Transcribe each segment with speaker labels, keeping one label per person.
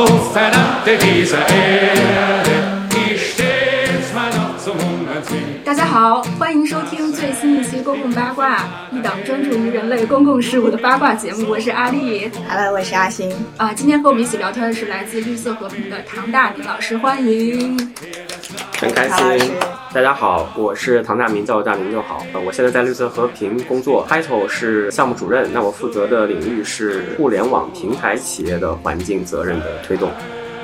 Speaker 1: Auseinander dieser Erde, die stets mal noch zum Hungern zwingt.
Speaker 2: 大家好，欢迎收听最新一期《公共八卦》，一档专注于人类公共事务的八卦节目。我是阿丽，
Speaker 3: 好了，我是阿星。
Speaker 2: 啊、今天和我们一起聊天的是来自绿色和平的唐大明老师，欢迎。
Speaker 4: 很开
Speaker 3: 唐老师
Speaker 4: 心，大家好，我是唐大明，叫我大明就好。呃，我现在在绿色和平工作，title 是项目主任。那我负责的领域是互联网平台企业的环境责任的推动。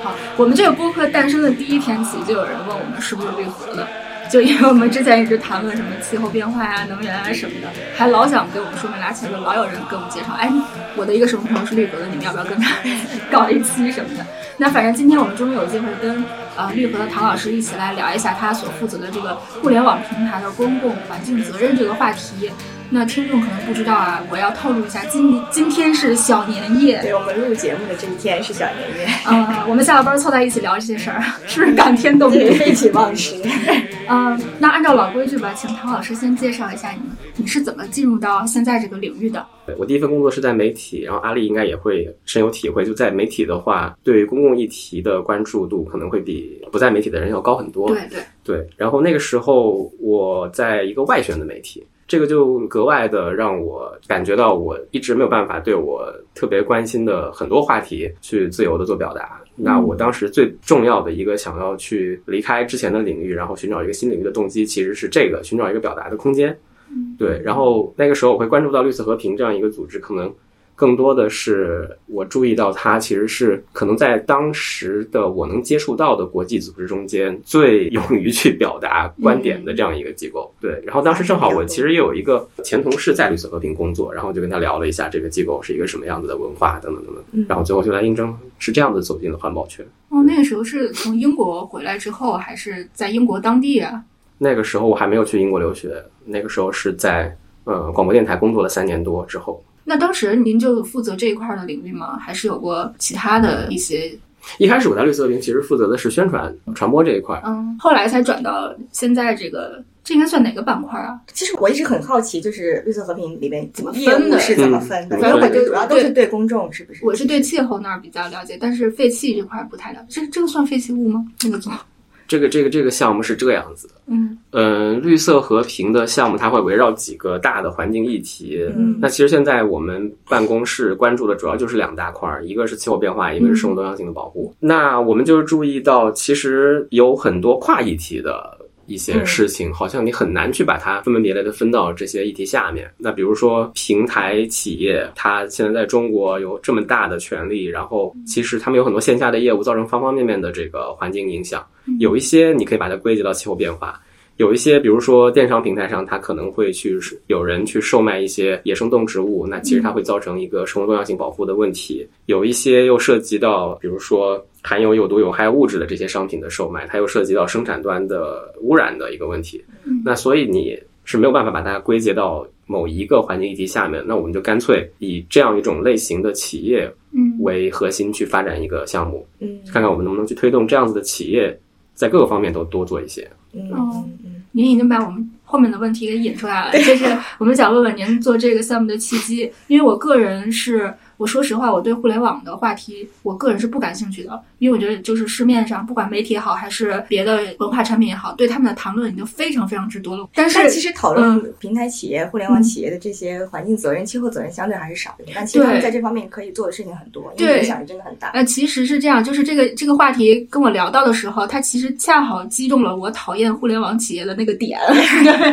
Speaker 2: 好，我们这个播客诞生的第一天起，就有人问我们是不是绿核的，就因为我们之前一直谈论什么气候变化呀、能源啊什么的，还老想给我们说明拉前论，老有人给我们介绍，哎，我的一个什么朋友是绿核的，你们 要不要跟他搞一期什么的？那反正今天我们终于有机会跟呃绿核的唐老师一起来聊一下他所负责的这个互联网平台的公共环境责任这个话题。那听众可能不知道啊，我要透露一下，今今天是小年夜，
Speaker 3: 对我们录节目的这一天是小年 夜，
Speaker 2: 呃，我们下了班儿凑在一起聊这些事儿，是不是感天动
Speaker 3: 对，
Speaker 2: 地？
Speaker 3: 废寝忘 食。
Speaker 2: 嗯、那按照老规矩吧，请唐老师先介绍一下你，你是怎么进入到现在这个领域的？
Speaker 4: 对呃我第一份工作是在媒体，然后阿丽应该也会深有体会。就在媒体的话，对于公共议题的关注度可能会比不在媒体的人要高很多。
Speaker 2: 对对，
Speaker 4: 对，然后那个时候我在一个外宣的媒体，这个就格外的让我感觉到我一直没有办法对我特别关心的很多话题去自由的做表达。那我当时最重要的一个想要去离开之前的领域，然后寻找一个新领域的动机，其实是这个寻找一个表达的空间。对，然后那个时候我会关注到绿色和平这样一个组织，可能更多的是我注意到它其实是可能在当时的我能接触到的国际组织中间最勇于去表达观点的这样一个机构。对，然后当时正好我其实也有一个前同事在绿色和平工作，然后就跟他聊了一下这个机构是一个什么样子的文化等等等等，然后最后就来应征，是这样子走进了环保圈。
Speaker 2: 哦，那个时候是从英国回来之后，还是在英国当地啊？
Speaker 4: 那个时候我还没有去英国留学，那个时候是在呃广播电台工作了三年多之后。
Speaker 2: 那当时您就负责这一块儿的领域吗？还是有过其他的一些？
Speaker 4: 一开始我在绿色和平其实负责的是宣传传播这一块，
Speaker 2: 嗯，后来才转到现在这个，这应该算哪个板块啊？
Speaker 3: 其实我一直很好奇，就是绿色和平里面
Speaker 2: 怎么
Speaker 3: 业
Speaker 2: 分
Speaker 3: 务
Speaker 2: 的
Speaker 3: 是怎么分的？
Speaker 4: 嗯
Speaker 3: 因为我
Speaker 4: 对
Speaker 3: 就主要都是对公众，是不是？
Speaker 2: 我是对气候那儿比较了解，但是废气这块儿不太了解。这这个算废弃物吗？那个组？
Speaker 4: 这个这个这个项目是这个样子的。
Speaker 2: 嗯，
Speaker 4: 嗯，绿色和平的项目它会围绕几个大的环境议题。
Speaker 3: 嗯
Speaker 4: 那其实现在我们办公室关注的主要就是两大块儿，一个是气候变化，一个是生物多样性的保护。那我们就是注意到，其实有很多跨议题的。一些事情好像你很难去把它分门别类的分到这些议题下面。那比如说平台企业，它现在在中国有这么大的权利，然后其实他们有很多线下的业务，造成方方面面的这个环境影响。有一些你可以把它归结到气候变化，有一些，比如说电商平台上，它可能会去有人去售卖一些野生动植物，那其实它会造成一个生物多样性保护的问题。有一些又涉及到，比如说含有有毒有害物质的这些商品的售卖，它又涉及到生产端的污染的一个问题。那所以你是没有办法把它归结到某一个环境议题下面，那我们就干脆以这样一种类型的企业
Speaker 2: 嗯，
Speaker 4: 为核心去发展一个项目，
Speaker 3: 嗯
Speaker 4: 看看我们能不能去推动这样子的企业在各个方面都多做一些。
Speaker 3: 嗯
Speaker 2: 哦
Speaker 3: 嗯嗯，
Speaker 2: 您已经把我们后面的问题给引出来了，就是我们想问问您做这个项目的契机。因为我个人是，我说实话，我对互联网的话题，我个人是不感兴趣的，因为我觉得就是市面上不管媒体也好，还是别的文化产品也好，对他们的谈论已经非常非常之多了。但是
Speaker 3: 但其实讨论
Speaker 2: 嗯
Speaker 3: 平台企业、互联网企业的这些环境责任、气候责任相对还是少一点，但其实他们
Speaker 2: 对
Speaker 3: 在这方面可以做的事情很多，因
Speaker 2: 对
Speaker 3: 为影响力真的很大。
Speaker 2: 呃，其实是这样，就是这个这个话题跟我聊到的时候，它其实恰好击中了我讨厌互联网企业的那个点。 对，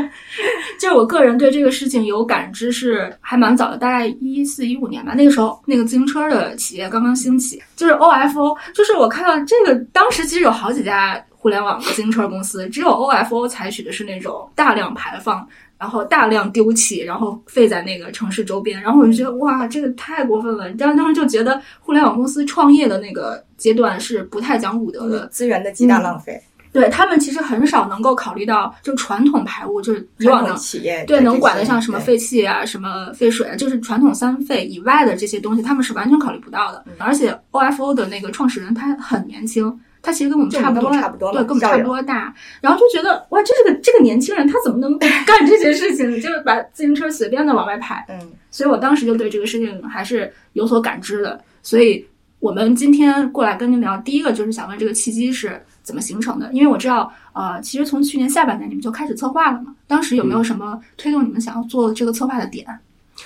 Speaker 2: 就是我个人对这个事情有感知是还蛮早的，大概一四一五年吧。那个时候，那个自行车的企业刚刚兴起，就是 OFO，就是我看到这个，当时其实有好几家互联网的自行车公司，只有 OFO 采取的是那种大量排放。然后大量丢弃，然后废在那个城市周边。然后我就觉得哇，这个太过分了。当当时就觉得互联网公司创业的那个阶段是不太讲武德的，
Speaker 3: 资源的极大浪费，
Speaker 2: 对他们其实很少能够考虑到，就传统排污，就是以
Speaker 3: 传
Speaker 2: 往
Speaker 3: 统
Speaker 2: 能
Speaker 3: 企业
Speaker 2: 对能管得上
Speaker 3: 上
Speaker 2: 什么废气啊、什么废水啊，就是传统三废以外的这些东西，他们是完全考虑不到的。
Speaker 3: 嗯
Speaker 2: 而且 OFO 的那个创始人他很年轻。他其实跟我们
Speaker 3: 就
Speaker 2: 差不多，
Speaker 3: 跟我们差不多嘛
Speaker 2: 对，跟我们
Speaker 3: 校
Speaker 2: 差
Speaker 3: 友
Speaker 2: 不多大。然后就觉得哇，这是个这个年轻人，他怎么能 干这些事情？就是把自行车随便的往外排。
Speaker 3: 嗯
Speaker 2: 所以我当时就对这个事情还是有所感知的。所以我们今天过来跟您聊，第一个就是想问这个契机是怎么形成的？因为我知道，呃，其实从去年下半年你们就开始策划了嘛，当时有没有什么推动你们想要做这个策划的点？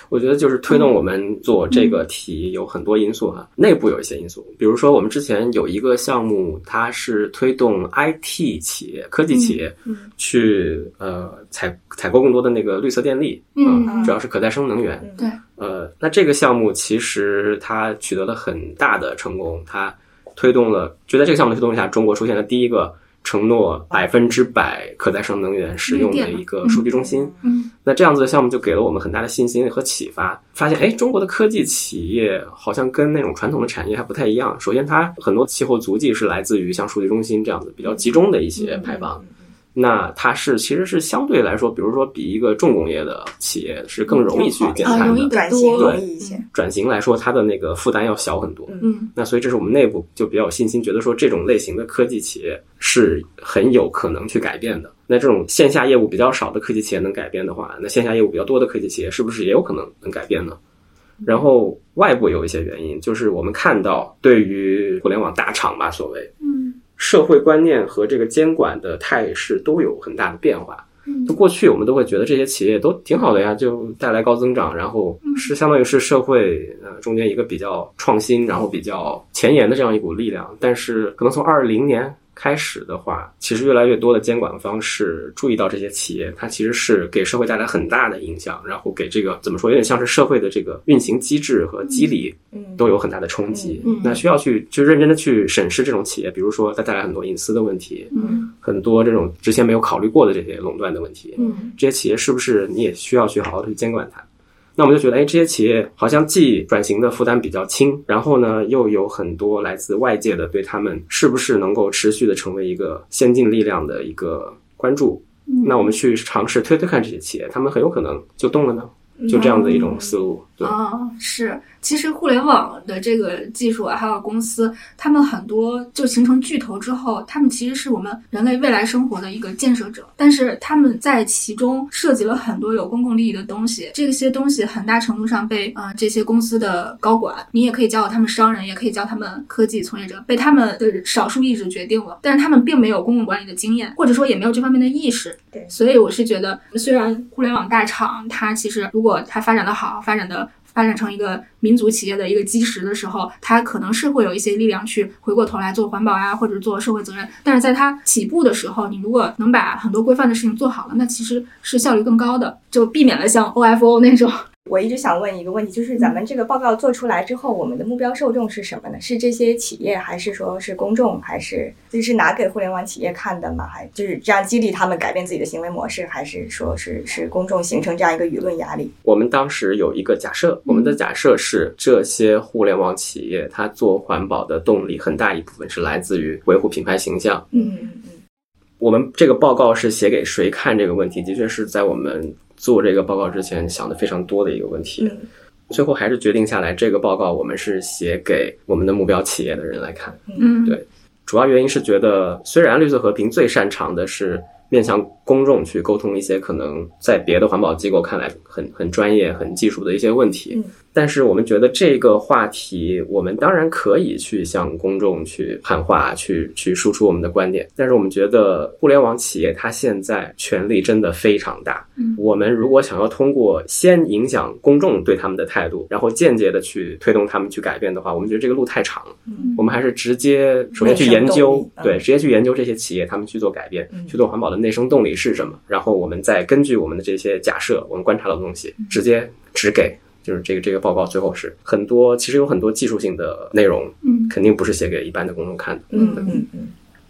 Speaker 4: 我觉得就是推
Speaker 2: 嗯
Speaker 4: 动我们做这个题有很多因素哈、内部有一些因素，比如说我们之前有一个项目，它是推动 IT 企业、科技企业
Speaker 3: 嗯嗯
Speaker 4: 去呃采采购更多的那个绿色电力，啊
Speaker 2: 嗯
Speaker 4: 主要是可再生能源。
Speaker 3: 嗯
Speaker 2: 对，
Speaker 4: 呃，那这个项目其实它取得了很大的成功，它推动了，就在这个项目的推动下，中国出现了第一个承诺百分之百可再生能源使用的一个数据中心。
Speaker 2: 嗯
Speaker 4: 那这样子的项目就给了我们很大的信心和启发，发现哎，中国的科技企业好像跟那种传统的产业还不太一样。首先，它很多气候足迹是来自于像数据中心这样子比较集中的一
Speaker 2: 嗯
Speaker 4: 些排放。那它是其实是相对来说，比如说比一个重工业的企业是更容易去减
Speaker 2: 啊，
Speaker 4: 碳
Speaker 2: 容易
Speaker 4: 的，
Speaker 2: 得
Speaker 3: 转型
Speaker 2: 多
Speaker 3: 容，易一些，
Speaker 4: 转型来说，它的那个负担要小很多。
Speaker 2: 嗯
Speaker 4: 那所以这是我们内部就比较有信心，觉得说这种类型的科技企业是很有可能去改变的。那这种线下业务比较少的科技企业能改变的话，那线下业务比较多的科技企业是不是也有可能能改变呢？然后外部有一些原因，就是我们看到对于互联网大厂吧，所谓
Speaker 2: 嗯
Speaker 4: 社会观念和这个监管的态势都有很大的变化。
Speaker 2: 嗯
Speaker 4: 就过去我们都会觉得这些企业都挺好的呀，就带来高增长，然后
Speaker 2: 嗯
Speaker 4: 是相当于是社会呃中间一个比较创新，然后比较前沿的这样一股力量。但是可能从二零年开始的话，其实越来越多的监管方是注意到这些企业，它其实是给社会带来很大的影响，然后给这个怎么说，有点像是社会的这个运行机制和机理
Speaker 3: 嗯，
Speaker 4: 都有很大的冲击。
Speaker 2: 嗯
Speaker 4: 那需要去去认真的去审视这种企业，比如说它带来很多隐私的问题，
Speaker 2: 嗯
Speaker 4: 很多这种之前没有考虑过的这些垄断的问题。
Speaker 2: 嗯
Speaker 4: 这些企业是不是你也需要去好好的去监管它？那我们就觉得，哎，这些企业好像既转型的负担比较轻，然后呢，又有很多来自外界的对他们是不是能够持续的成为一个先进力量的一个关注。
Speaker 2: 嗯
Speaker 4: 那我们去尝试推推看这些企业，他们很有可能就动了呢，就这样的一种思路。对，
Speaker 2: 啊，是，其实互联网的这个技术啊，还有公司，他们很多就形成巨头之后，他们其实是我们人类未来生活的一个建设者，但是他们在其中涉及了很多有公共利益的东西，这些东西很大程度上被呃这些公司的高管，你也可以叫他们商人，也可以叫他们科技从业者，被他们的少数意志决定了，但是他们并没有公共管理的经验，或者说也没有这方面的意识，所以我是觉得，虽然互联网大厂它其实如果它发展的好，发展的发展成一个民族企业的一个基石的时候，它可能是会有一些力量去回过头来做环保呀、或者做社会责任。但是在它起步的时候，你如果能把很多规范的事情做好了，那其实是效率更高的，就避免了像 OFO 那种。
Speaker 3: 我一直想问一个问题，就是咱们这个报告做出来之后，我们的目标受众是什么呢？是这些企业，还是说是公众，还是就是拿给互联网企业看的吗？还就是这样激励他们改变自己的行为模式，还是说是是公众形成这样一个舆论压力？
Speaker 4: 我们当时有一个假设，我们的假设是这些互联网企业它做环保的动力很大一部分是来自于维护品牌形象。
Speaker 3: 嗯
Speaker 4: 我们这个报告是写给谁看这个问题，的确是在我们做这个报告之前想的非常多的一个问题。
Speaker 3: 嗯
Speaker 4: 最后还是决定下来，这个报告我们是写给我们的目标企业的人来看。
Speaker 2: 嗯，
Speaker 4: 对主要原因是觉得，虽然绿色和平最擅长的是面向公众去沟通一些可能在别的环保机构看来很很专业、很技术的一些问题，
Speaker 3: 嗯
Speaker 4: 但是我们觉得这个话题，我们当然可以去向公众去喊话、去去输出我们的观点，但是我们觉得互联网企业它现在权力真的非常大，
Speaker 2: 嗯
Speaker 4: 我们如果想要通过先影响公众对他们的态度，然后间接的去推动他们去改变的话，我们觉得这个路太长了。
Speaker 3: 嗯
Speaker 4: 我们还是直接首先去研究，
Speaker 2: 嗯
Speaker 4: 对，直接去研究这些企业，他们去做改变，
Speaker 3: 嗯
Speaker 4: 去做环保的内生动力是什么，然后我们再根据我们的这些假设，我们观察到的东
Speaker 2: 嗯
Speaker 4: 西，直接只给。就是这个这个报告最后是很多，其实有很多技术性的内容，
Speaker 2: 嗯
Speaker 4: 肯定不是写给一般的公众看的。
Speaker 3: 嗯嗯嗯，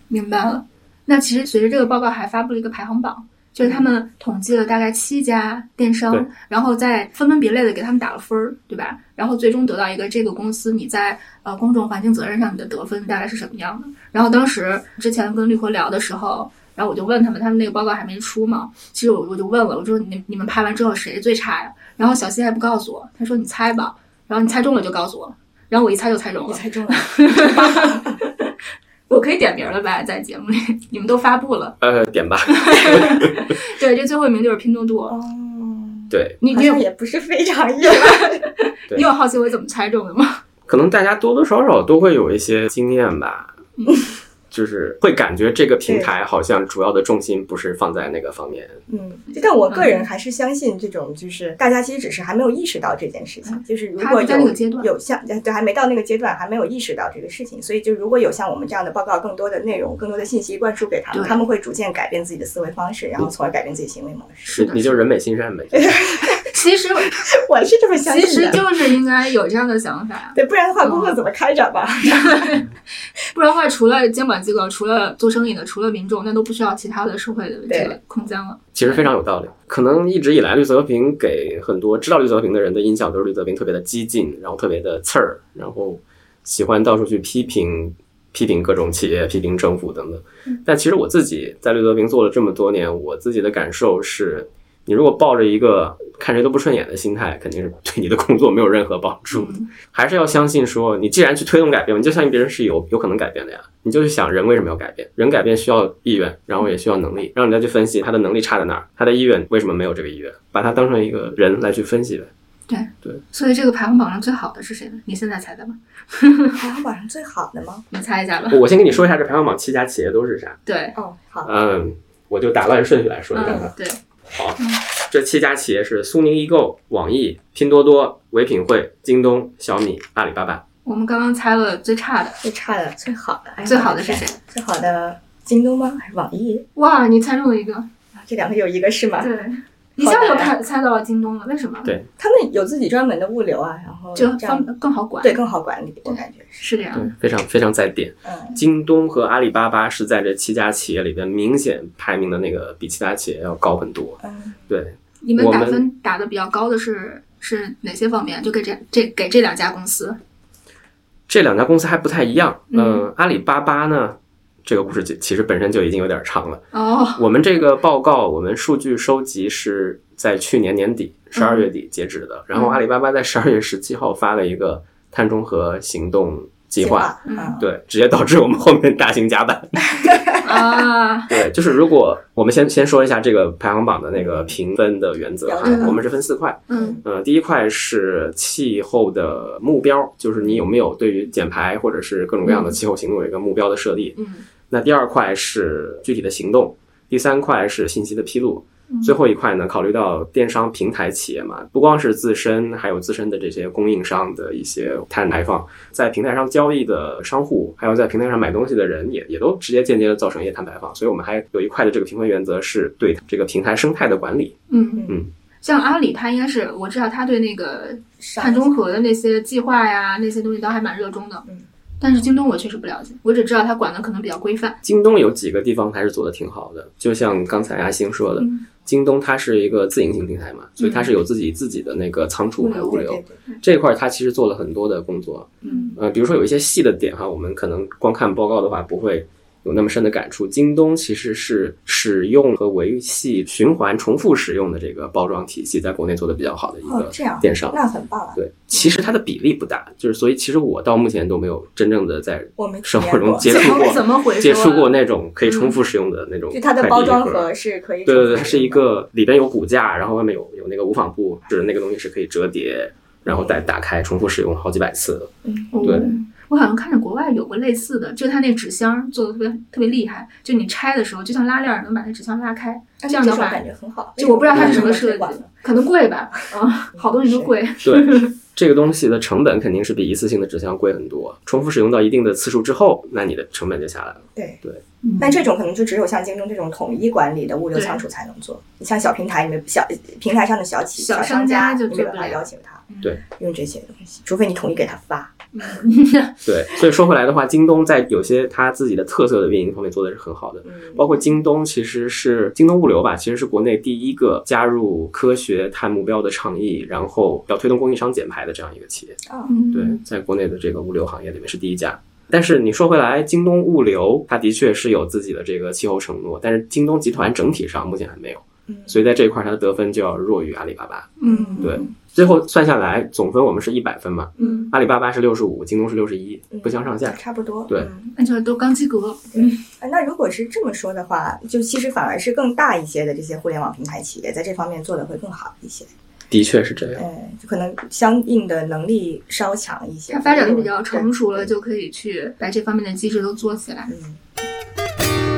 Speaker 2: 明白了。那其实随着这个报告还发布了一个排行榜，就是他们统计了大概七家电商
Speaker 4: 对，
Speaker 2: 然后再分门别类的给他们打了分儿，对吧？然后最终得到一个这个公司你在呃公众环境责任上你的得分大概是什么样的？然后当时之前跟绿活聊的时候。然后我就问他们，他们那个报告还没出嘛？其实我我就问了，我说你你们拍完之后谁最差呀？然后小西还不告诉我，他说你猜吧，然后你猜中了就告诉我。然后我一猜就猜中
Speaker 3: 你
Speaker 2: 了，
Speaker 3: 猜中了，
Speaker 2: 我可以点名了吧？在节目里，你们都发布了，
Speaker 4: 呃，点吧，
Speaker 2: 对，这最后一名就是拼多多。
Speaker 3: 哦，
Speaker 4: 对，
Speaker 2: 你
Speaker 3: 好
Speaker 2: 你有
Speaker 3: 像也不是非常意外，
Speaker 4: 对
Speaker 2: 你有好奇我怎么猜中的吗？
Speaker 4: 可能大家多多少少都会有一些经验吧，
Speaker 2: 嗯
Speaker 4: 就是会感觉这个平台好像主要的重心不是放在那个方面。
Speaker 3: 嗯，就但我个人还是相信这种，就是大家其实只是还没有意识到这件事情，就是如
Speaker 2: 还
Speaker 3: 果
Speaker 2: 不嗯在那
Speaker 3: 有
Speaker 2: 个阶段
Speaker 3: 有像对还没到那个阶段，还没有意识到这个事情，所以就如果有像我们这样的报告更多的内容、更多的信息灌输给他们，
Speaker 2: 对
Speaker 3: 他们会逐渐改变自己的思维方式，然后从而改变自己行为模式。
Speaker 2: 是的
Speaker 4: 你你就人美心善 呗。
Speaker 2: 其 实
Speaker 3: 我是这么相
Speaker 2: 其
Speaker 3: 信
Speaker 2: 实
Speaker 3: 的。
Speaker 2: 就是哦应该有这样的想法，
Speaker 3: 对，不然的话，工作怎么开 展吧？
Speaker 2: 不然的话，除了监管机构，除了做生意的，除了民众，那都不需要其他的社会的这个空间了。
Speaker 4: 其实非常有道理。可能一直以来，绿泽平给很多知道绿泽平的人的印象都是绿泽平特别的激进，然后特别的刺儿，然后喜欢到处去批评、批评各种企业、批评政府等等。但其实我自己在绿泽平做了这么多年，我自己的感受是，你如果抱着一个看谁都不顺眼的心态，肯定是对你的工作没有任何帮助的。还是要相信说，你既然去推动改变，你就相信别人是有有可能改变的呀。你就去想人为什么要改变，人改变需要意愿，然后也需要能力，然后你再去分析他的能力差在哪儿，他的意愿为什么没有这个意愿，把他当成一个人来去分析呗。
Speaker 2: 所以这个排行榜上最好的是谁呢？你现在猜猜吧，
Speaker 3: 排行哦榜上最好的吗？
Speaker 2: 你猜一下吧。
Speaker 4: 我先跟你说一下这排行榜七家企业都是啥，
Speaker 2: 对，
Speaker 3: 哦，好，
Speaker 4: 嗯，我就打乱顺序来说一下吧。
Speaker 2: 嗯，对，
Speaker 4: 好，这七家企业是苏宁易购、网易、拼多多、唯品会、京东、小米、阿里巴巴。
Speaker 2: 我们刚刚猜了最差的，
Speaker 3: 最差的，最好的，哎
Speaker 2: 最好的是谁？？
Speaker 3: 最好的京东吗？还是网易？
Speaker 2: 哇，你猜中了一个，
Speaker 3: 啊这两个有一个是吗？
Speaker 2: 对，一下就猜猜到了京东了，为什么？
Speaker 4: 对
Speaker 3: 他们有自己专门的物流啊，然后
Speaker 2: 就
Speaker 3: 这
Speaker 2: 方
Speaker 3: 样
Speaker 2: 更好管。
Speaker 3: 对，更好管理，我感觉是。
Speaker 2: 是这样
Speaker 4: 对。，非常非常在点。
Speaker 3: 嗯，
Speaker 4: 京东和阿里巴巴是在这七家企业里边明显排名的那个比其他企业要高很多。
Speaker 3: 嗯
Speaker 4: 对，
Speaker 2: 你们
Speaker 4: 我
Speaker 2: 打
Speaker 4: 们
Speaker 2: 分打的比较高的是是哪些方面？就给这这给这两家公司，
Speaker 4: 这两家公司还不太一样。
Speaker 2: 嗯
Speaker 4: 呃，阿里巴巴呢，这个故事其其实本身就已经有点长了。
Speaker 2: 哦，
Speaker 4: 我们这个报告，我们数据收集是在去年年底十二月底截止的。然后阿里巴巴在十二月十七号发了一个碳中和行动计划，
Speaker 2: 嗯
Speaker 3: 嗯，
Speaker 4: 对，直接导致我们后面大型加班。
Speaker 2: 啊，
Speaker 4: 对，就是如果我们先先说一下这个排行榜的那个评分的原则哈
Speaker 2: 嗯，
Speaker 4: 我们是分四块，
Speaker 2: 嗯
Speaker 4: 呃，第一块是气候的目标，就是你有没有对于减排或者是各种各样的气候行动有一个目标的设立。
Speaker 2: 嗯，
Speaker 4: 那第二块是具体的行动，第三块是信息的披露，最后一块呢，考虑到电商平台企业嘛，不光是自身，还有自身的这些供应商的一些碳排放，在平台上交易的商户，还有在平台上买东西的人也，也都直接间接的造成一些碳排放。所以我们还有一块的这个评分原则是对这个平台生态的管理。
Speaker 2: 嗯
Speaker 4: 嗯，
Speaker 2: 像阿里，它应该是我知道它对那个
Speaker 3: 上
Speaker 2: 碳中和的那些计划呀，那些东西都还蛮热衷的。
Speaker 3: 嗯，
Speaker 2: 但是京东我确实不了解，我只知道它管的可能比较规范。
Speaker 4: 京东有几个地方还是做的挺好的，就像刚才阿星说的，
Speaker 2: 嗯
Speaker 4: 京东它是一个自营型平台嘛，所以它是有自己自己的那个仓储还有物
Speaker 3: 嗯对
Speaker 4: 流。
Speaker 3: 对对，
Speaker 4: 这一块儿它其实做了很多的工作，
Speaker 2: 嗯
Speaker 4: 呃，比如说有一些细的点哈，我们可能光看报告的话不会有那么深的感触。京东其实是使用和维系循环重复使用的这个包装体系，在国内做的比较好的一
Speaker 3: 哦
Speaker 4: 个
Speaker 3: 这样
Speaker 4: 电商。
Speaker 3: 那很棒啊！
Speaker 4: 对，其实它的比例不大，就是所以其实我到目前都没有真正的在
Speaker 3: 我没体
Speaker 4: 生
Speaker 3: 验
Speaker 4: 活中
Speaker 3: 过
Speaker 4: 接
Speaker 2: 怎
Speaker 4: 触
Speaker 2: 么
Speaker 4: 过
Speaker 2: 怎么回
Speaker 4: 接
Speaker 2: 收
Speaker 4: 触
Speaker 2: 啊
Speaker 4: 过那种可以重复使用的那种
Speaker 3: 嗯就它的
Speaker 4: 快递
Speaker 3: 包装
Speaker 4: 盒
Speaker 3: 盒是可以
Speaker 4: 对对对，
Speaker 3: 重复
Speaker 4: 它是一
Speaker 3: 用的
Speaker 4: 个里边有骨架，然后外面有有那个无纺布，就是那个东西是可以折叠，然后再打开重复使用好几百次的。
Speaker 3: 嗯
Speaker 4: 对
Speaker 2: 哦我好像看着国外有过类似的，就它那纸箱做的特别特别厉害，就你拆的时候，就像拉链儿能把那纸箱拉开，这
Speaker 3: 但
Speaker 2: 样
Speaker 3: 是
Speaker 2: 的
Speaker 3: 种
Speaker 2: 话，
Speaker 3: 感觉很好。
Speaker 2: 就我不知道它是什么
Speaker 3: 为
Speaker 2: 设
Speaker 3: 什么没有推广
Speaker 2: 计
Speaker 3: 呢，
Speaker 2: 可能贵吧，啊，好东西都贵。
Speaker 4: 对，这个东西的成本肯定是比一次性的纸箱贵很多。重复使用到一定的次数之后，那你的成本就下来了。
Speaker 3: 对
Speaker 4: 对，
Speaker 3: 但这种可能就只有像京东这种统一管理的物流仓储才能做。你像小平台，你们小平台上的小企
Speaker 2: 小
Speaker 3: 商
Speaker 2: 商家就
Speaker 3: 你没
Speaker 2: 做
Speaker 3: 办
Speaker 2: 不
Speaker 3: 法
Speaker 2: 了
Speaker 3: 邀请他
Speaker 4: 对
Speaker 3: 用这些东西，除非你统一给他发。
Speaker 4: 对，所以说回来的话，京东在有些它自己的特色的运营方面做的是很好的。
Speaker 3: 嗯，
Speaker 4: 包括京东其实是京东物流吧，其实是国内第一个加入科学碳目标的倡议，然后要推动供应商减排的这样一个企业。
Speaker 2: 嗯，
Speaker 4: 对，在国内的这个物流行业里面是第一家。但是你说回来，京东物流它的确是有自己的这个气候承诺，但是京东集团整体上目前还没有，
Speaker 3: 嗯
Speaker 4: 所以在这一块它的得分就要弱于阿里巴巴。
Speaker 2: 嗯，
Speaker 4: 对，最后算下来总分我们是一百分嘛，
Speaker 2: 嗯，
Speaker 4: 阿里巴巴是六十五，京东是六十一，不相上下。
Speaker 3: 差不多。
Speaker 4: 对
Speaker 3: 嗯
Speaker 2: 那就是都刚及格。
Speaker 3: 啊，那如果是这么说的话，就其实反而是更大一些的这些互联网平台企业在这方面做的会更好一些。
Speaker 4: 的确是这样。
Speaker 3: 呃，就可能相应的能力稍强一些。
Speaker 2: 它发展的比较成熟了，就可以去把这方面的机制都做起来。
Speaker 3: 对。嗯，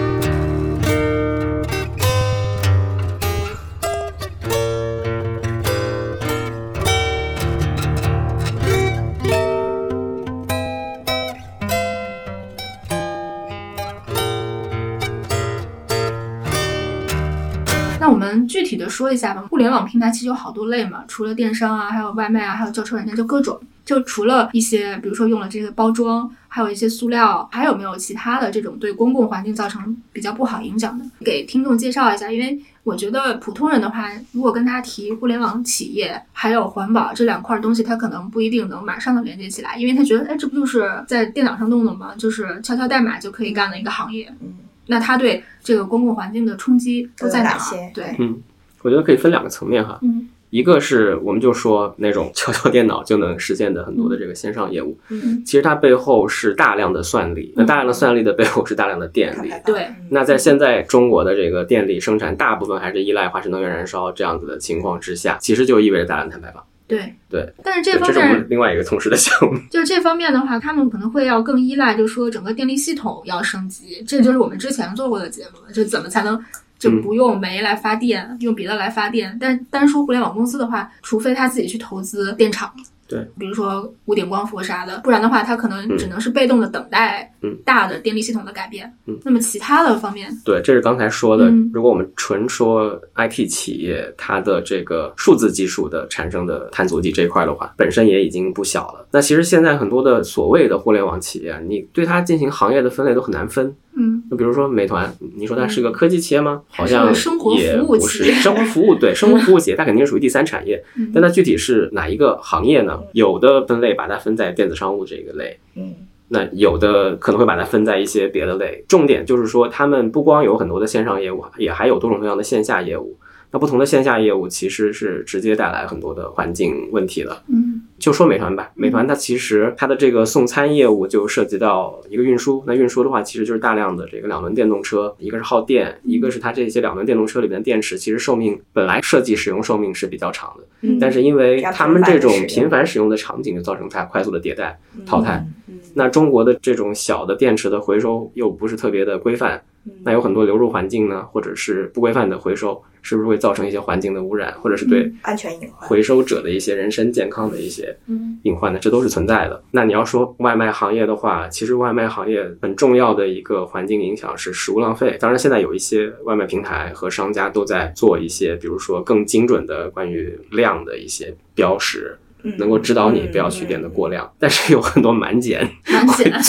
Speaker 2: 那我们具体的说一下吧。互联网平台其实有好多类嘛，除了电商啊，还有外卖啊，还有叫车软件，就各种。就除了一些，比如说用了这个包装，还有一些塑料，还有没有其他的这种对公共环境造成比较不好影响的？给听众介绍一下，因为我觉得普通人的话，如果跟他提互联网企业还有环保这两块东西，他可能不一定能马上的连接起来，因为他觉得，哎，这不就是在电脑上弄弄吗？就是敲敲代码就可以干的一个行业。
Speaker 3: 嗯，
Speaker 2: 那它对这个公共环境的冲击都在哪儿？
Speaker 3: 都有哪些嗯
Speaker 2: 对，
Speaker 4: 我觉得可以分两个层面哈，
Speaker 2: 嗯
Speaker 4: 一个是我们就说那种敲敲电脑就能实现的很多的这个线上业务，
Speaker 3: 嗯
Speaker 4: 其实它背后是大量的算力，那大量的算力的背后是大量的电
Speaker 3: 嗯
Speaker 4: 力。
Speaker 2: 对，
Speaker 4: 那在现在中国的这个电力生产大部分还是依赖化石能源燃烧这样子的情况之下，其实就意味着大量碳排放。
Speaker 2: 对
Speaker 4: 对。
Speaker 2: 但是
Speaker 4: 对
Speaker 2: 这方
Speaker 4: 这是我
Speaker 2: 面
Speaker 4: 们另外一个同事的项目。
Speaker 2: 就这方面的话，他们可能会要更依赖，就是说整个电力系统要升级，这就是我们之前做过的节目了，就怎么才能就
Speaker 4: 嗯
Speaker 2: 不用煤来发电，用别的来发电。但单说互联网公司的话，除非他自己去投资电厂，
Speaker 4: 对，
Speaker 2: 比如说五点光伏啥的，不然的话，他可能只能是被动的等待
Speaker 4: 嗯
Speaker 2: 大的电力系统的改变。
Speaker 4: 嗯
Speaker 2: 那么其他的方面，
Speaker 4: 对，这是刚才说的
Speaker 2: 嗯。
Speaker 4: 如果我们纯说 IT 企业它的这个数字技术的产生的碳足迹这一块的话，本身也已经不小了。那其实现在很多的所谓的互联网企业，啊你对它进行行业的分类都很难分。
Speaker 2: 嗯，
Speaker 4: 就比如说美团，你说它是个科技企业吗？好像
Speaker 2: 是个生活
Speaker 4: 也
Speaker 2: 服务
Speaker 4: 不
Speaker 2: 企
Speaker 4: 是
Speaker 2: 业
Speaker 4: 生活服务，对生活服务企业，它肯定是属于第三产业。
Speaker 2: 嗯
Speaker 4: 但它具体是哪一个行业呢？有的分类把它分在电子商务这个类，
Speaker 3: 嗯
Speaker 4: 那有的可能会把它分在一些别的类。重点就是说，他们不光有很多的线上业务，也还有多种多样的线下业务。那不同的线下业务其实是直接带来很多的环境问题的。
Speaker 2: 嗯
Speaker 4: 就说美团吧，美团它其实它的这个送餐业务就涉及到一个运输。那运输的话，其实就是大量的这个两轮电动车，一个是耗电，一个是它这些两轮电动车里面的电池，其实寿命本来设计使用寿命是比较长的，
Speaker 2: 嗯
Speaker 4: 但是因为
Speaker 3: 加
Speaker 4: 他们
Speaker 3: 频繁
Speaker 4: 这
Speaker 3: 地
Speaker 4: 种
Speaker 3: 使用
Speaker 4: 频繁使用的场景，就造成它快速的迭代淘汰。
Speaker 3: 嗯
Speaker 4: 那中国的这种小的电池的回收又不是特别的规范，
Speaker 3: 嗯
Speaker 4: 那有很多流入环境呢，或者是不规范的回收，是不是会造成一些环境的污染，或者是对
Speaker 3: 安全隐患。
Speaker 4: 回收者的一些人身健康的一些
Speaker 2: 嗯
Speaker 4: 隐患呢？这都是存在的。那你要说外卖行业的话，其实外卖行业很重要的一个环境影响是食物浪费。当然，现在有一些外卖平台和商家都在做一些，比如说更精准的关于量的一些标识，
Speaker 3: 嗯
Speaker 4: 能够指导你不要去点的过量。但是有很多满减。
Speaker 2: 蛮简单。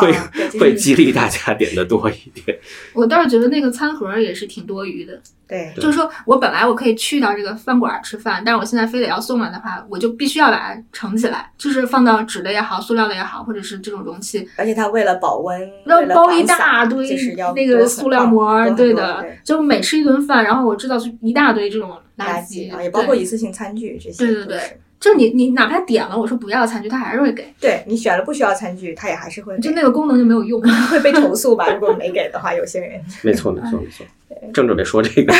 Speaker 4: 会
Speaker 3: 啊对就是
Speaker 4: 会激励大家点的多一点。
Speaker 2: 我倒是觉得那个餐盒也是挺多余的，
Speaker 3: 对
Speaker 4: 对
Speaker 2: 就是说我本来我可以去到这个饭馆儿吃饭，但是我现在非得要送来的话，我就必须要把它盛起来，就是放到纸的也好，塑料的也好，或者是这种容器，
Speaker 3: 而且它为了保温，
Speaker 2: 要
Speaker 3: 为了
Speaker 2: 包一
Speaker 3: 防
Speaker 2: 大
Speaker 3: 散
Speaker 2: 堆
Speaker 3: 就是要
Speaker 2: 那
Speaker 3: 多
Speaker 2: 个
Speaker 3: 很
Speaker 2: 塑料
Speaker 3: 多
Speaker 2: 膜儿，
Speaker 3: 多
Speaker 2: 对
Speaker 3: 很多
Speaker 2: 的
Speaker 3: 对，
Speaker 2: 就每吃一顿饭，然后我知道是一大堆这种垃
Speaker 3: 垃
Speaker 2: 圾，
Speaker 3: 啊，也包括
Speaker 2: 对
Speaker 3: 一次性餐具这些
Speaker 2: 对
Speaker 3: 都
Speaker 2: 对
Speaker 3: 是。
Speaker 2: 对就你你哪怕点了我说不要餐具，他还是会给，
Speaker 3: 对你选了不需要餐具，它也还是会
Speaker 2: 就那个功能就没有用。
Speaker 3: 会被投诉 吧？如果没给的话，有些人
Speaker 4: 没错，没错，没错。
Speaker 2: 嗯
Speaker 4: 正准备说这 个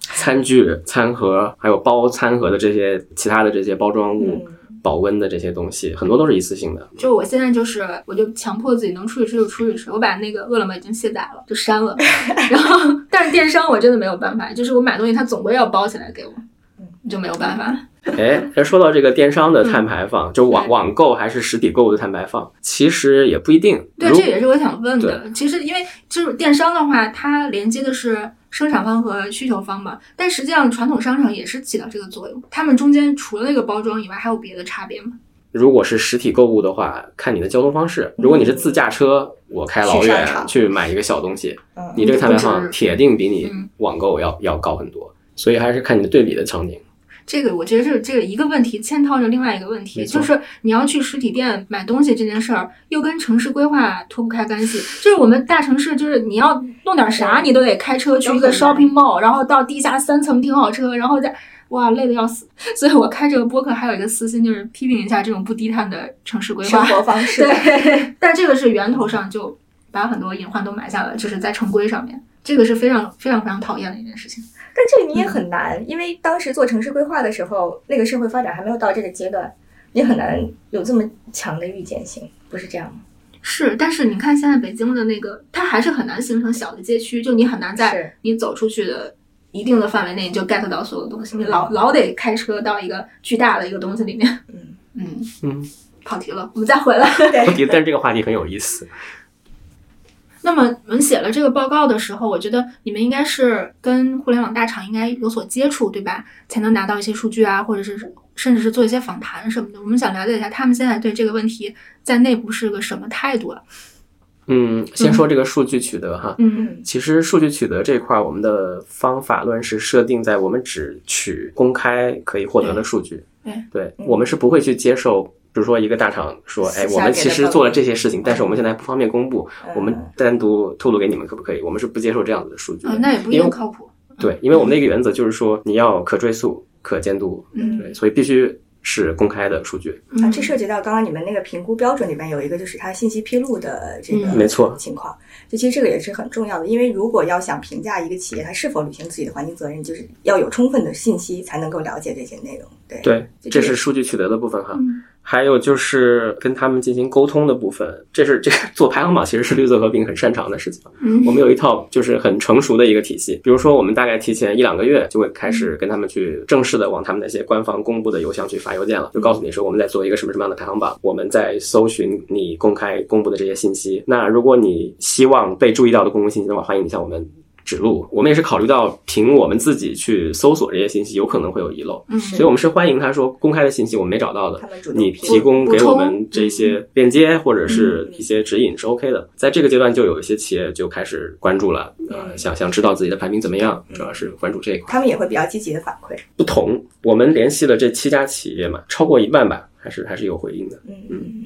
Speaker 4: 餐具、餐盒，还有包餐盒的这些其他的这些包装物、
Speaker 3: 嗯
Speaker 4: 保温的这些东西，很多都是一次性的。
Speaker 2: 就我现在就是，我就强迫自己能出去吃就出去吃。我把那个饿了么已经卸载了，就删了。然后，但是电商我真的没有办法，就是我买东西它总归要包起来给我，就没有办法。
Speaker 4: 哎，说到这个电商的碳排放，就网
Speaker 2: 对
Speaker 4: 网购还是实体购物的碳排放，其实也不一定。
Speaker 2: 对，
Speaker 4: 如
Speaker 2: 这也是我想问的。其实因为就是电商的话，它连接的是生产方和需求方嘛，但实际上传统商场也是起到这个作用。他们中间除了那个包装以外，还有别的差别吗？
Speaker 4: 如果是实体购物的话，看你的交通方式。如果
Speaker 2: 嗯
Speaker 4: 你是自驾车，我开老
Speaker 3: 去商
Speaker 4: 远
Speaker 3: 场
Speaker 4: 去买一个小东西，
Speaker 3: 嗯，
Speaker 4: 你这个碳排
Speaker 2: 不
Speaker 4: 放
Speaker 2: 止
Speaker 4: 铁定比你
Speaker 2: 嗯
Speaker 4: 网购要要高很多。所以还是看你的对比的场景。
Speaker 2: 这个我觉得是这个一个问题嵌套着另外一个问题，
Speaker 4: 没错
Speaker 2: 就是你要去实体店买东西这件事儿，又跟城市规划脱不开干系。就是我们大城市，就是你要弄点啥，你都得开车去一个
Speaker 3: 都很难
Speaker 2: shopping mall，然后到地下三层停好车，然后再哇累得要死。所以我开这个播客还有一个私心，就是批评一下这种不低碳的城市规
Speaker 3: 生
Speaker 2: 划。
Speaker 3: 活方式
Speaker 2: 对，但这个是源头上就把很多隐患都埋下了，就是在城规上面。这个是非常非常非常讨厌的一件事情。
Speaker 3: 但这个你也很难，因为当时做城市规划的时候，那个社会发展还没有到这个阶段，你很难有这么强的预见性，不是这样吗？
Speaker 2: 是，但是你看现在北京的那个，它还是很难形成小的街区，就你很难在
Speaker 3: 是
Speaker 2: 你走出去的一定的范围内你就 get 到所有东西，你老老得开车到一个巨大的一个东西里面。
Speaker 3: 嗯
Speaker 2: 嗯
Speaker 4: 嗯，
Speaker 2: 跑题了，我们再回来。
Speaker 4: 问题，但是这个话题很有意思。
Speaker 2: 那么你们写了这个报告的时候，我觉得你们应该是跟互联网大厂应该有所接触，对吧？才能拿到一些数据啊，或者是甚至是做一些访谈什么的。我们想了解一下他们现在对这个问题在内部是个什么态度啊？
Speaker 4: 嗯，先说这个数据取得哈，
Speaker 2: 嗯
Speaker 3: 嗯
Speaker 4: 其实数据取得这块，我们的方法论是设定在我们只取公开可以获得的数据。
Speaker 2: 对
Speaker 3: 嗯
Speaker 4: 我们是不会去接受，比如说一个大厂说，哎，
Speaker 3: 私下
Speaker 4: 我们
Speaker 3: 给的
Speaker 4: 其实
Speaker 3: 报告
Speaker 4: 做了这些事情，但是我们现在不方便公布，
Speaker 3: 嗯
Speaker 4: 我们单独透露给你们可不可以？我们是不接受这样子的数据的
Speaker 2: 嗯，那也不一
Speaker 4: 因为
Speaker 2: 定靠
Speaker 3: 啊
Speaker 2: 谱。
Speaker 4: 对，因为我们的一个原则就是说，你要可追溯、可监督，
Speaker 2: 嗯
Speaker 4: 对，所以必须是公开的数据。
Speaker 2: 嗯
Speaker 3: 啊，这涉及到刚刚你们那个评估标准里面有一个，就是它信息披露的这个
Speaker 2: 嗯
Speaker 4: 没错
Speaker 3: 情况。就其实这个也是很重要的，因为如果要想评价一个企业它是否履行自己的环境责任，就是要有充分的信息才能够了解这些内容。对，
Speaker 4: 对，
Speaker 3: 就这
Speaker 4: 这是
Speaker 3: 个
Speaker 4: 数据取得的部分哈。
Speaker 2: 嗯
Speaker 4: 还有就是跟他们进行沟通的部分，这是这个做排行榜其实是绿色和平很擅长的事情。
Speaker 2: 嗯
Speaker 4: 我们有一套就是很成熟的一个体系，比如说我们大概提前一两个月就会开始跟他们去正式的往他们那些官方公布的邮箱去发邮件了，就告诉你说我们在做一个什么什么样的排行榜，我们在搜寻你公开公布的这些信息。那如果你希望被注意到的公共信息的话，欢迎你向我们。指路，我们也是考虑到凭我们自己去搜索这些信息，有可能会有遗漏，
Speaker 2: 嗯
Speaker 4: 所以我们是欢迎他说公开的信息我们没找到的，
Speaker 3: 他们主动
Speaker 4: 你
Speaker 3: 披
Speaker 4: 提
Speaker 3: 露
Speaker 4: 供
Speaker 2: 补
Speaker 4: 给我
Speaker 2: 充
Speaker 4: 们这些链接或者是一些指引是 OK 的。在这个阶段，就有一些企业就开始关注了，呃，
Speaker 3: 嗯
Speaker 4: 想想知道自己的排名怎么样，
Speaker 3: 嗯
Speaker 4: 主要是关注这一块。
Speaker 3: 他们也会比较积极的反馈。
Speaker 4: 不同，我们联系了这七家企业嘛，超过一半吧，还是还是有回应的。
Speaker 3: 嗯
Speaker 4: 嗯
Speaker 3: 嗯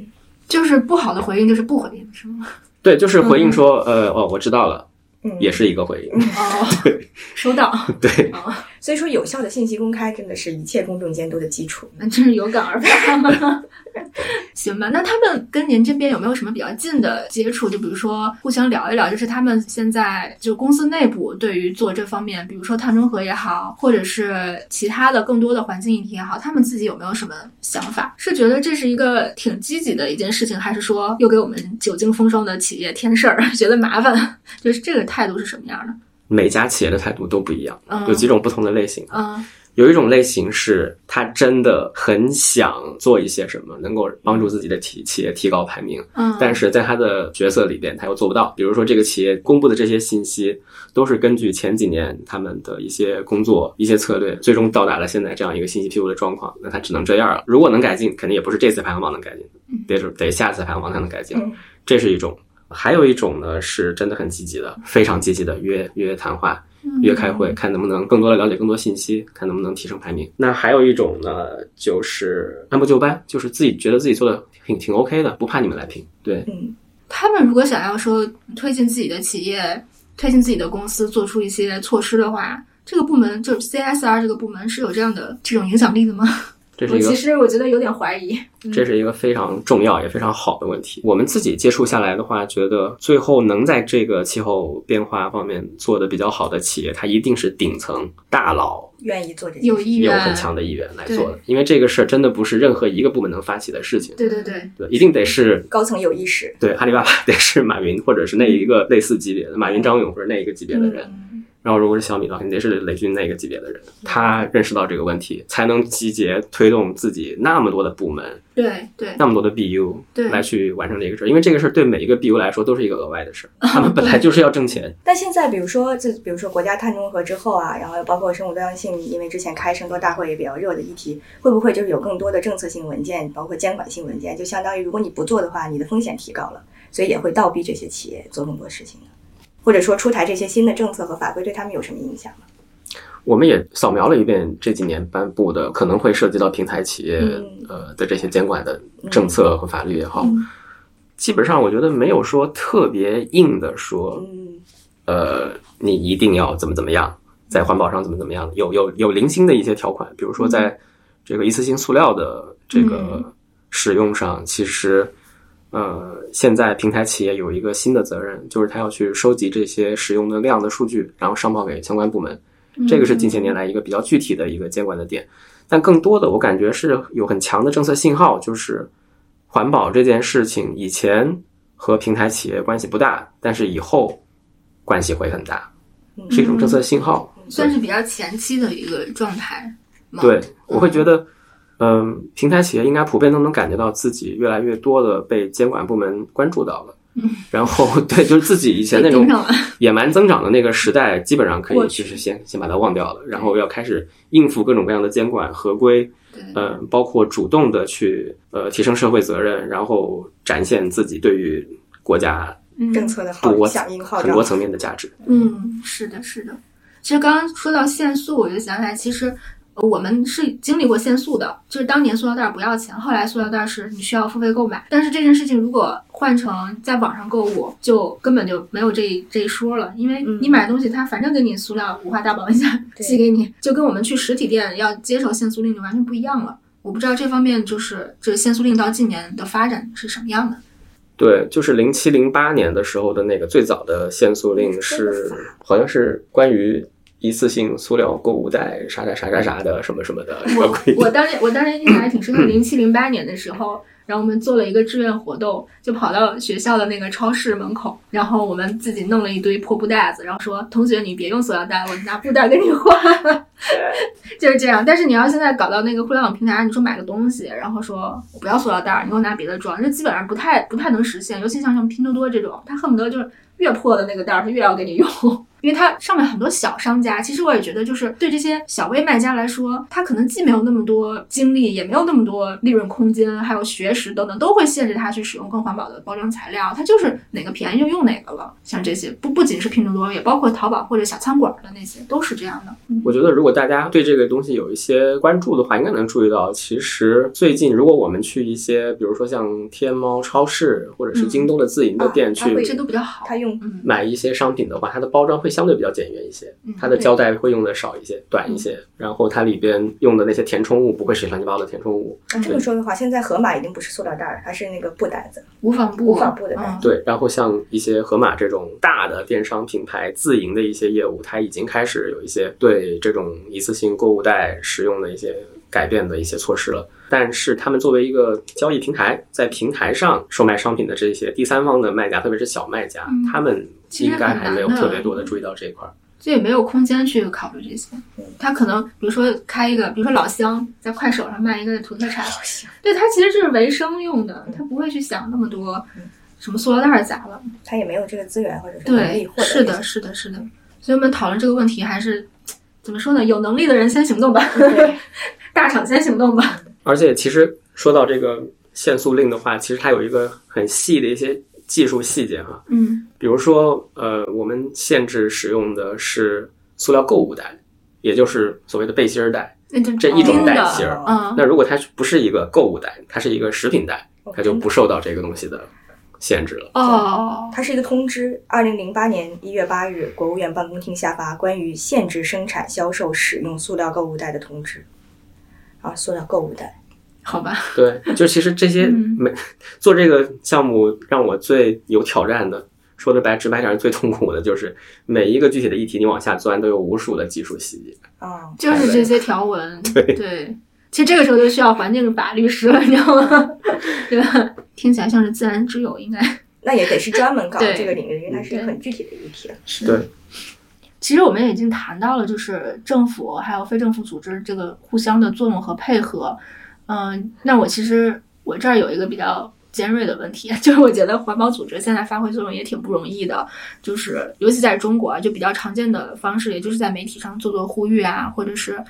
Speaker 2: 就是不好的回应就是不回应，是吗？
Speaker 4: 对，就是回应说，呃，哦，我知道了，
Speaker 3: 嗯，
Speaker 4: 也。是一个回应。
Speaker 2: 哦，收到，
Speaker 4: 对，
Speaker 2: 哦，
Speaker 3: 所以说，有效的信息公开真的是一切公众监督的基础。
Speaker 2: 那真是有感而发。 行吧，那他们跟您这边有没有什么比较近的接触？就比如说互相聊一聊，就是他们现在就公司内部对于做这方面，比如说碳中和也好，或者是其他的更多的环境议题也好，他们自己有没有什么想法？是觉得这是一个挺积极的一件事情，还是说又给我们久经风霜的企业添事儿， 觉得麻烦？就是这个态度是什么样的？
Speaker 4: 每家企业的态度都不一样，
Speaker 2: 嗯
Speaker 4: 有几种不同的类型。啊
Speaker 2: 嗯
Speaker 4: 有一种类型是他真的很想做一些什么，能够帮助自己的企企业提高排名，
Speaker 2: 嗯，
Speaker 4: 但是在他的角色里边，他又做不到。比如说，这个企业公布的这些信息，都是根据前几年他们的一些工作、一些策略，最终到达了现在这样一个信息披露的状况。那他只能这样了。如果能改进，肯定也不是这次排行榜能改进
Speaker 2: 嗯，
Speaker 4: 得是得下次排行榜才能改进
Speaker 3: 嗯。
Speaker 4: 这是一种。还有一种呢，是真的很积极的，非常积极的约约谈话，
Speaker 2: 嗯
Speaker 4: 约开会，看能不能更多的了解更多信息，看能不能提升排名。那还有一种呢，就是按部就班，就是自己觉得自己做的挺挺 OK 的，不怕你们来评。对，
Speaker 3: 嗯，
Speaker 2: 他们如果想要说推进自己的企业、推进自己的公司，做出一些措施的话，这个部门就是 CSR 这个部门是有这样的这种影响力的吗？
Speaker 4: 这是
Speaker 2: 我
Speaker 4: 一个
Speaker 2: 其实 我觉得有点怀疑。
Speaker 4: 这是一个非常重要也非常好的问题。我们自己接触下来的话，觉得最后能在这个气候变化方面做得比较好的企业，它一定是顶层大佬
Speaker 3: 愿意做这些。
Speaker 2: 有意
Speaker 4: 有
Speaker 2: 愿，
Speaker 4: 很强的意愿来做的，因为这个事儿真的不是任何一个部门能发起的事情，
Speaker 2: 对对对，
Speaker 4: 对，一定得是
Speaker 3: 高层有意识。
Speaker 4: 对，阿里巴巴得是马云或者是那一个类似级别的马云、张勇或者那一个级别的人。
Speaker 2: 嗯
Speaker 3: 嗯
Speaker 4: 然后，如果是小米的话，肯定得是雷军那个级别的人，他认识到这个问题，才能集结推动自己那么多的部门、
Speaker 2: 对对
Speaker 4: 那么多的 BU
Speaker 2: 对
Speaker 4: 来去完成这个事儿。因为这个事儿对每一个 BU 来说都是一个额外的 事儿，他们本来就是要挣钱。
Speaker 3: 但现在，比如说，就比如说国家碳中和之后啊，然后包括生物多样性，因为之前开生多大会也比较热的议题，会不会就是有更多的政策性文件，包括监管性文件，就相当于如果你不做的话，你的风险提高了，所以也会倒逼这些企业做更多事情呢或者说出台这些新的政策和法规对他们有什么影响吗？
Speaker 4: 我们也扫描了一遍这几年颁布的可能会涉及到平台企业、
Speaker 3: 嗯
Speaker 4: 呃的这些监管的政策和法律也好，
Speaker 2: 嗯
Speaker 4: 基本上我觉得没有说特别硬的说
Speaker 3: 嗯
Speaker 4: 呃，你一定要怎么怎么样，在环保上怎么怎么样，有有有零星的一些条款，比如说在这个一次性塑料的这个使用上，其实呃，现在平台企业有一个新的责任，就是它要去收集这些使用的量的数据，然后上报给相关部门。这个是近些年来一个比较具体的一个监管的点。但更多的，我感觉是有很强的政策信号，就是环保这件事情以前和平台企业关系不大，但是以后关系会很大，
Speaker 3: 嗯
Speaker 4: 是一种政策信
Speaker 2: 嗯
Speaker 4: 号。
Speaker 2: 算是比较前期的一个状态吗？
Speaker 4: 对，我会觉得，嗯，平台企业应该普遍都能感觉到自己越来越多的被监管部门关注到了。
Speaker 2: 嗯，
Speaker 4: 然后 对，就是自己以前那种
Speaker 2: 盯上了
Speaker 4: 野蛮增长的那个时代，基本上可以
Speaker 2: 过去
Speaker 4: 就是先先把它忘掉了，然后要开始应付各种各样的监管合规，
Speaker 2: 对，
Speaker 4: 呃，包括主动的去呃提升社会责任，然后展现自己对于国家
Speaker 2: 嗯
Speaker 3: 政策的
Speaker 4: 多
Speaker 3: 号响应号
Speaker 4: 很
Speaker 3: 召
Speaker 4: 多，层面的价值。
Speaker 2: 嗯，是的，是的。其实刚刚说到限塑，我就想起来，其实呃我们是经历过限塑的，就是当年塑料袋儿不要钱，后来塑料袋儿是你需要付费购买。但是这件事情如果换成在网上购物，就根本就没有这一这一说了，因为
Speaker 3: 嗯
Speaker 2: 你买东西，它反正给你塑料五花大绑一下
Speaker 3: 对
Speaker 2: 寄给你，就跟我们去实体店要接受限塑令就完全不一样了。我不知道这方面就是这限塑令到近年的发展是什么样的。
Speaker 4: 对，就是零七零八年的时候的那个最早的限
Speaker 3: 嗯
Speaker 4: 塑令是，好像是关于一次性塑料购物袋啥啥啥啥啥的什么什么的一 个规
Speaker 2: 我
Speaker 4: 定。
Speaker 2: 当年我当年印象还挺深的，零七零八年的时候，然后我们做了一个志愿活动，就跑到学校的那个超市门口，然后我们自己弄了一堆破布袋子，然后说同学你别用塑料袋，我拿布袋给你换， 就是这样。但是你要现在搞到那个互联网平台，你说买个东西，然后说我不要塑料袋，你给我拿别的装，这基本上不太不太能实现，尤其像什么拼多多这种，它恨不得就是越破的那个袋儿，它越要给你用。 因为它上面很多小商家，其实我也觉得，就是对这些小微卖家来说，他可能既没有那么多精力，也没有那么多利润空间，还有学识等等，都会限制他去使用更环保的包装材料。它就是哪个便宜就用哪个了。像这些，不不仅是拼多多，也包括淘宝或者小餐馆的那些，都是这样的。
Speaker 4: 我觉得如果大家对这个东西有一些关注的话，应该能注意到，其实最近如果我们去一些，比如说像天猫超市或者是京东的自营的店
Speaker 3: 嗯
Speaker 4: 去
Speaker 3: 啊它会
Speaker 2: 这都比较好。
Speaker 3: 他用
Speaker 2: 嗯，
Speaker 4: 买一些商品的话，它的包装会相对比较简约一些，
Speaker 2: 嗯
Speaker 4: 它的胶带会用的少一些、短一些，然后它里边用的那些填充物不会是乱七八糟的填充物，
Speaker 3: 啊这么说的话，现在盒马已经不是塑料袋儿，它是那个布袋子。
Speaker 2: 无纺布，
Speaker 3: 无纺布的
Speaker 2: 嗯，
Speaker 4: 对，然后像一些盒马这种大的电商品牌自营的一些业务，它已经开始有一些对这种一次性购物袋使用的一些改变的一些措施了。但是他们作为一个交易平台，在平台上售卖商品的这些第三方的卖家，特别是小卖家，
Speaker 2: 嗯
Speaker 4: 他们
Speaker 2: 其实
Speaker 4: 应该
Speaker 2: 很
Speaker 4: 还
Speaker 2: 难
Speaker 4: 没有
Speaker 2: 的
Speaker 4: 特别多的注意到这一块儿。
Speaker 2: 所以没有空间去考虑这些。他可能比如说开一个，比如说老乡在快手上卖一个土特产，对他其实就是为生用
Speaker 3: 嗯
Speaker 2: 的，他不会去想那么多什么塑料袋儿咋了。
Speaker 3: 他也没有这个资源嗯或者是能力
Speaker 2: 对
Speaker 3: 获，得
Speaker 2: 是
Speaker 3: 这
Speaker 2: 的，是的，是的。所以我们讨论这个问题还是怎么说呢？有能力的人先行动吧，
Speaker 3: 对
Speaker 2: 大厂先行动吧。
Speaker 4: 而且其实说到这个限塑令的话，其实它有一个很细的一些技术细节啊，
Speaker 2: 嗯
Speaker 4: 比如说，呃，我们限制使用的是塑料购物袋，也就是所谓的背心儿
Speaker 2: 嗯
Speaker 4: 袋。
Speaker 2: 那就
Speaker 4: 这一种
Speaker 2: 冰
Speaker 4: 袋
Speaker 2: 的
Speaker 4: 型儿
Speaker 2: 嗯，
Speaker 4: 那如果它不是一个购物袋，它是一个食品袋，它就不受到这个东西的限制 了。
Speaker 2: 哦，
Speaker 3: 它是一个通知，二零零八年一月八日，国务院办公厅下发关于限制生产、销售、使用塑料购物袋的通知。啊，塑料购物袋，
Speaker 2: 好吧，
Speaker 4: 对，就其实这些
Speaker 2: 嗯
Speaker 4: 没做这个项目让我最有挑战的，说的白直白点儿，最痛苦的就是每一个具体的议题，你往下钻都有无数的技术细节。
Speaker 3: 啊、
Speaker 2: 就是这些条文，对。其实这个时候就需要环境法律师了，你知道吗？对吧？听起来像是自然之友，应该
Speaker 3: 那也得是专门搞
Speaker 2: 对
Speaker 3: 这个领域，因为它是
Speaker 2: 对
Speaker 3: 很具体的议题了。
Speaker 2: 是
Speaker 4: 对。
Speaker 2: 其实我们已经谈到了，就是政府还有非政府组织这个互相的作用和配合。嗯，那我其实我这儿有一个比较尖锐的问题， 就是我觉得环保组织现在发挥作用也挺不容易的，就是尤其在中国啊，就比较常见的方式，也就是在媒体上做做呼吁啊，或者是。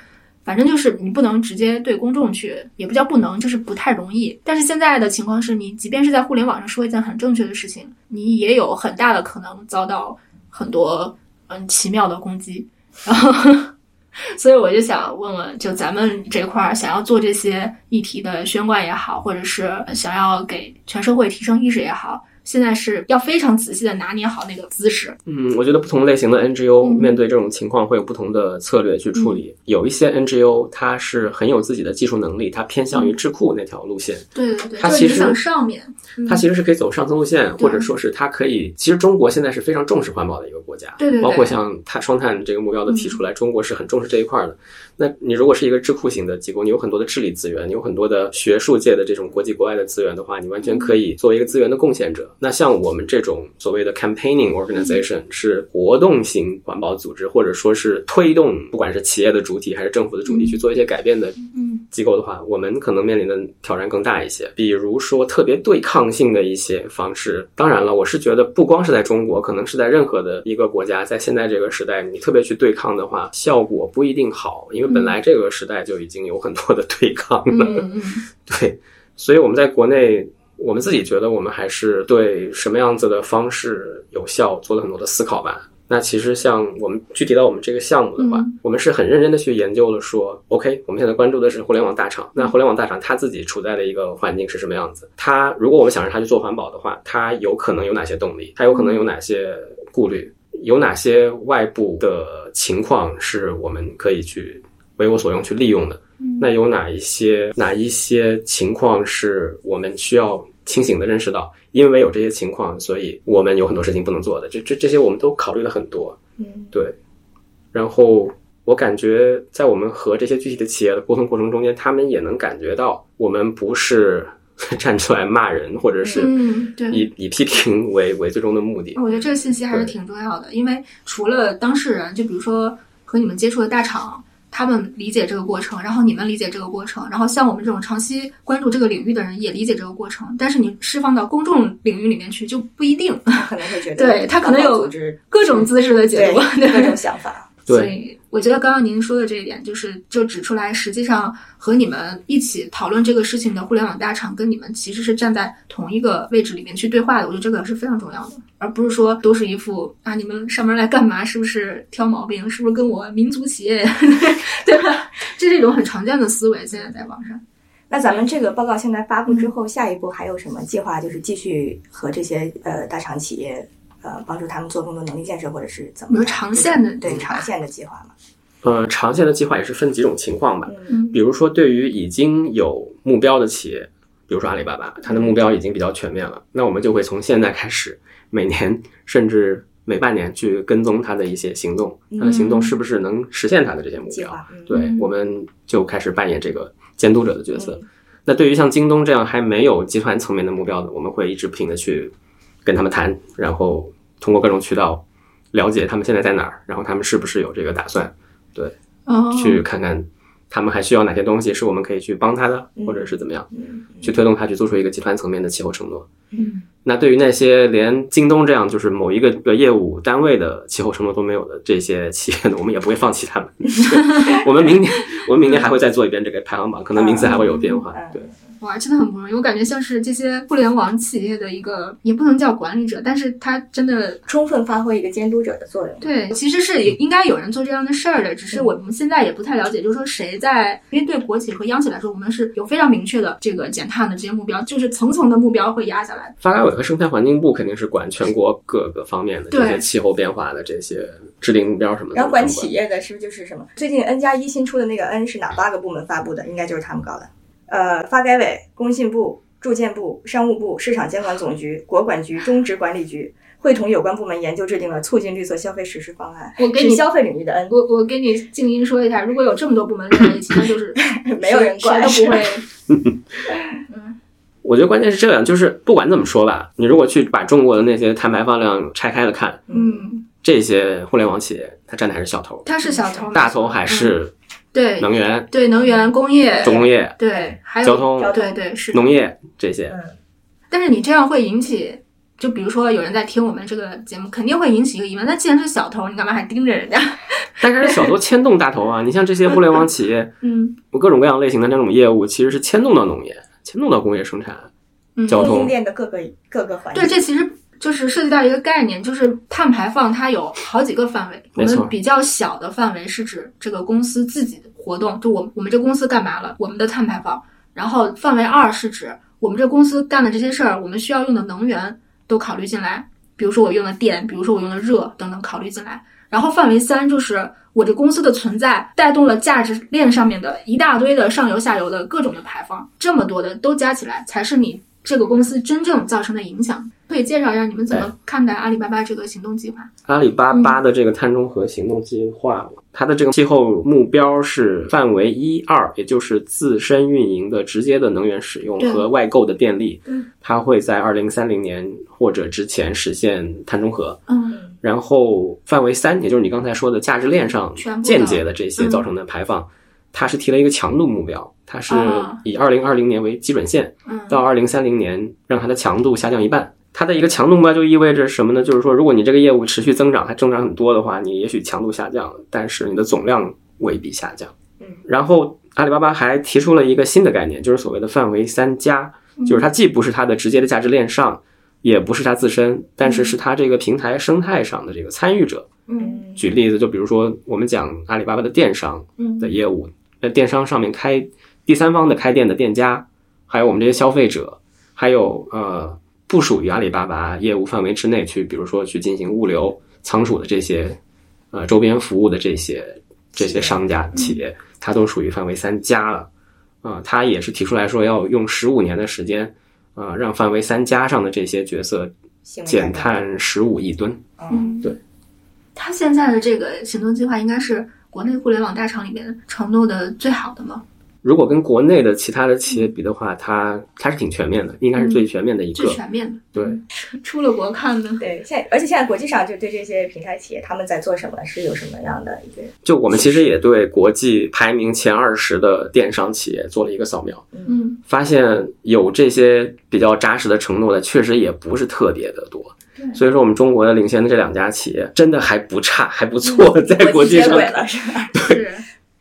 Speaker 2: 反正就是你不能直接对公众去，也不叫不能，就是不太容易。但是现在的情况是你，即便是在互联网上说一件很正确的事情，你也有很大的可能遭到很多嗯奇妙的攻击。然后， 所以我就想问问，就咱们这块儿想要做这些议题的宣贯也好，或者是想要给全社会提升意识也好，现在是要非常仔细的拿捏好那个姿势。
Speaker 4: 嗯，我觉得不同类型的 NGO
Speaker 2: 嗯
Speaker 4: 面对这种情况会有不同的策略去处理。有一些 NGO 它是很有自己的技术能力，它偏向于智库那条路线，
Speaker 2: 对对对，
Speaker 4: 它
Speaker 2: 就是
Speaker 4: 其
Speaker 2: 你
Speaker 4: 实
Speaker 2: 想上面，嗯
Speaker 4: 它其实是可以走上层路线，
Speaker 2: 对
Speaker 4: 或者说是它可以。其实中国现在是非常重视环保的一个国家，
Speaker 2: 对对对嗯
Speaker 4: 包括像碳双碳这个目标的提出来，中国是很重视这一块的。那你如果是一个智库型的机构，你有很多的治理资源，你有很多的学术界的这种国际国外的资源的话，你完
Speaker 2: 嗯
Speaker 4: 全可以作为一个资源的贡献者。那像我们这种所谓的 campaigning organization
Speaker 2: 嗯
Speaker 4: 是活动型环保组织，或者说是推动不管是企业的主体还是政府的主体去做一些改变的
Speaker 2: 嗯
Speaker 4: 机构的话，我们可能面临的挑战更大一些，比如说特别对抗性的一些方式。当然了，我是觉得不光是在中国，可能是在任何的一个国家，在现在这个时代，你特别去对抗的话，效果不一定好，因为本来这个时代就已经有很多的 对抗
Speaker 2: 嗯
Speaker 4: 了。
Speaker 2: 嗯嗯，
Speaker 4: 对，所以我们在国内。我们自己觉得，我们还是对什么样子的方式有效做了很多的思考吧。那其实像我们具体到我们这个项目的话，
Speaker 2: 嗯
Speaker 4: 我们是很认真的去研究了说，OK，我们现在关注的是互联网大厂，那互联网大厂它自己处在的一个环境是什么样子？它如果我们想让它去做环保的话，它有可能有哪些动力？它有可能有哪些顾虑？有哪些外部的情况是我们可以去为我所用去利用的？
Speaker 2: 嗯
Speaker 4: 那有哪一些哪一些情况是我们需要清醒的认识到？因为有这些情况，所以我们有很多事情不能做的。这这这些我们都考虑了很多。
Speaker 3: 嗯，
Speaker 4: 对，然后我感觉在我们和这些具体的企业的沟通过程中间，他们也能感觉到我们不是 站出来骂人，或者是
Speaker 2: 嗯对
Speaker 4: 以、以批评为为最终的目的。
Speaker 2: 我觉得这个信息还是挺重要的，因为除了当事人，就比如说和你们接触的大厂，他们理解这个过程，然后你们理解这个过程，然后像我们这种长期关注这个领域的人也理解这个过程，但是你释放到公众领域里面去就不一定，
Speaker 3: 可能会觉得
Speaker 2: 对他可能有
Speaker 3: 组织
Speaker 2: 各种姿势的 解读，
Speaker 3: 对各种想法，
Speaker 2: 所
Speaker 4: 对，
Speaker 2: 以我觉得刚刚您说的这一点，就是就指出来，实际上和你们一起讨论这个事情的互联网大厂，跟你们其实是站在同一个位置里面去对话的。我觉得这个是非常重要的，而不是说都是一副啊，你们上门来干嘛？是不是挑毛病？是不是跟我民族企业对吧？ 这是一种很常见的思维，现在在网上。
Speaker 3: 那咱们这个报告现在发布
Speaker 2: 嗯
Speaker 3: 之后，下一步还有什么计划？就是继续和这些呃大厂企业呃帮助他们做更多能力建设，或者是怎么
Speaker 2: 有
Speaker 3: 样？
Speaker 2: 长线的
Speaker 3: 对
Speaker 2: 计划
Speaker 3: 长线的计划嘛？
Speaker 4: 呃，长线的计划也是分几种情况吧。
Speaker 3: 嗯
Speaker 2: 嗯
Speaker 4: 比如说，对于已经有目标的企业，比如说阿里巴巴，
Speaker 3: 嗯
Speaker 4: 它的目标已经比较全面了，那我们就会从现在开始， 每年甚至每半年去跟踪它的一些行动，它的行动是不是能实现它的这些目
Speaker 3: 嗯计
Speaker 4: 标？
Speaker 3: 划，嗯嗯
Speaker 4: 对
Speaker 2: 嗯，
Speaker 4: 我们就开始扮演这个监督者的角色。那对于像京东这样还没有集团层面的目标的，我们会一直不停的去跟他们谈，然后通过各种渠道了解他们现在在哪儿，然后他们是不是有这个打算，
Speaker 2: 哦，
Speaker 3: 嗯
Speaker 4: 去看看他们还需要哪些东西是我们可以去帮他的，
Speaker 3: 嗯
Speaker 4: 或者是怎么样，
Speaker 3: 嗯
Speaker 4: 去推动他去做出一个集团层面的气候承诺。
Speaker 2: 嗯
Speaker 4: 那对于那些连京东这样就是某一个个业务单位的气候承诺都没有的这些企业呢，我们也不会放 弃他们。我们明年，我们明年还会再做一遍这个排行榜，可能名字还会有变化
Speaker 3: 嗯。
Speaker 4: 对，
Speaker 2: 哇，真的很不容易。我感觉像是这些互联网企业的一个，也不能叫管理者，但是他真的
Speaker 3: 充分发挥一个监督者的作用。
Speaker 2: 对，其实是也应该有人做这样的事儿的，只是我们现在也不太了解，就是说谁在，因为对国企和央企来说，我们是有非常明确的这个减碳的这些目标，就是层层的目标会压下来。
Speaker 4: 发改委和生态环境部肯定是管全国各个方面的这些
Speaker 2: 对
Speaker 4: 气候变化的这些制定目标什么的。
Speaker 3: 然后管企业的是不是就是什么？最近 N 加一新出的那个 N 是哪八个部门发布的？应该就是他们搞的。呃，发改委、工信部、住建部、商务部、市场监管总局、国管局、中直管理局会同有关部门研究制定了促进绿色消费实施方案。
Speaker 2: 我给
Speaker 3: 是
Speaker 2: 你
Speaker 3: 消费领域的 N，
Speaker 2: 我我给你静音说一下，如果有这么多部门在一起，那就是
Speaker 3: 没有人管嗯
Speaker 2: 谁谁都不会。
Speaker 4: 我觉得关键是这样，就是不管怎么说吧，你如果去把中国的那些碳排放量拆开了看，
Speaker 2: 嗯，
Speaker 4: 这些互联网企业它占的还是小头，
Speaker 2: 他是小头，
Speaker 4: 大头还是
Speaker 2: 对
Speaker 4: 能源、
Speaker 2: 嗯对能源、工业、
Speaker 4: 重工业、
Speaker 2: 对还有
Speaker 4: 交通、
Speaker 2: 对对是
Speaker 4: 农业这些。
Speaker 3: 嗯
Speaker 2: 但是你这样会引起，就比如说有人在听我们这个节目，肯定会引起一个疑问：那既然是小偷，你干嘛还盯着人家？
Speaker 4: 但是小头牵动大头啊！你像这些互联网企业，
Speaker 2: 嗯，
Speaker 4: 各种各样类型的这种业务，其实是牵动到农业，牵动到工业生产、
Speaker 2: 嗯
Speaker 4: 交
Speaker 3: 供应
Speaker 4: 通。
Speaker 3: 链的各个各个环节。
Speaker 2: 对，这其实就是涉及到一个概念，就是碳排放，它有好几个范围。我
Speaker 4: 没错
Speaker 2: 们比较小的范围是指这个公司自己的活动，就我们我们这公司干嘛了，我们的碳排放。然后范围二是指我们这公司干的这些事儿，我们需要用的能源。都考虑进来，比如说我用的电，比如说我用的热等等考虑进来。然后范围三就是我这公司的存在带动了价值链上面的一大堆的上游下游的各种的排放，这么多的都加起来才是你这个公司真正造成的影响。可以介绍一下你们怎么看待阿里巴巴这个行动计划？
Speaker 4: 阿里巴
Speaker 2: 嗯
Speaker 4: 巴的这个碳中和行动计划，它的这个气候目标是范围一二，也就是自身运营的直接的能源使用
Speaker 2: 对
Speaker 4: 和外购的电力
Speaker 2: 嗯，
Speaker 4: 它会在二零三零年或者之前实现碳中和。
Speaker 2: 嗯
Speaker 4: 然后范围三，也就是你刚才说的价值链上
Speaker 2: 全部的
Speaker 4: 间接的这些
Speaker 2: 嗯
Speaker 4: 造成的排放，它是提了一个强度目标，它是
Speaker 2: 啊
Speaker 4: 以二零二零年为基准线，
Speaker 2: 嗯，
Speaker 4: 到二零三零年让它的强度下降一半。它的一个强度目标就意味着什么呢？就是说，如果你这个业务持续增长，它增长很多的话，你也许强度下降，但是你的总量未必下降。
Speaker 3: 嗯
Speaker 4: 然后阿里巴巴还提出了一个新的概念，就是所谓的范围三加，就是它既不是它的直接的价值链上，也不是它自身，但是是它这个平台生态上的这个参与者。
Speaker 2: 嗯
Speaker 4: 举例子，就比如说我们讲阿里巴巴的电商
Speaker 2: 嗯
Speaker 4: 的业务，那电商上面开第三方的开店的店家，还有我们这些消费者，还有呃不属于阿里巴巴业务范围之内去，比如说去进行物流、仓储的这些呃周边服务的这些这些商家企业，它都属于范围三加了。啊、它也是提出来说要用十五年的时间，啊、让范围三加上的这些角色
Speaker 3: 行为改
Speaker 4: 减
Speaker 3: 革，
Speaker 4: 碳十五亿吨。
Speaker 3: 嗯，
Speaker 2: 嗯，
Speaker 4: 对。
Speaker 2: 他现在的这个行动计划应该是国内互联网大厂里面承诺的最好的嘛，
Speaker 4: 如果跟国内的其他的企业比的话，它它是挺全面的，应该是最全面的一个
Speaker 2: 最。全面的，
Speaker 4: 对，
Speaker 2: 出了国看的。
Speaker 3: 对，现在而且现在国际上就对这些平台企业他们在做什么是有什么样的一个
Speaker 4: 就我们其实也对国际排名前二十的电商企业做了一个扫描，
Speaker 2: 嗯，
Speaker 4: 发现有这些比较扎实的承诺的，确实也不是特别的多
Speaker 2: 对。
Speaker 4: 所以说，我们中国的领先的这两家企业真的还不差，还不错， 在国
Speaker 3: 嗯
Speaker 4: 际
Speaker 3: 接
Speaker 4: 上
Speaker 3: 轨了是 吧？
Speaker 2: 是，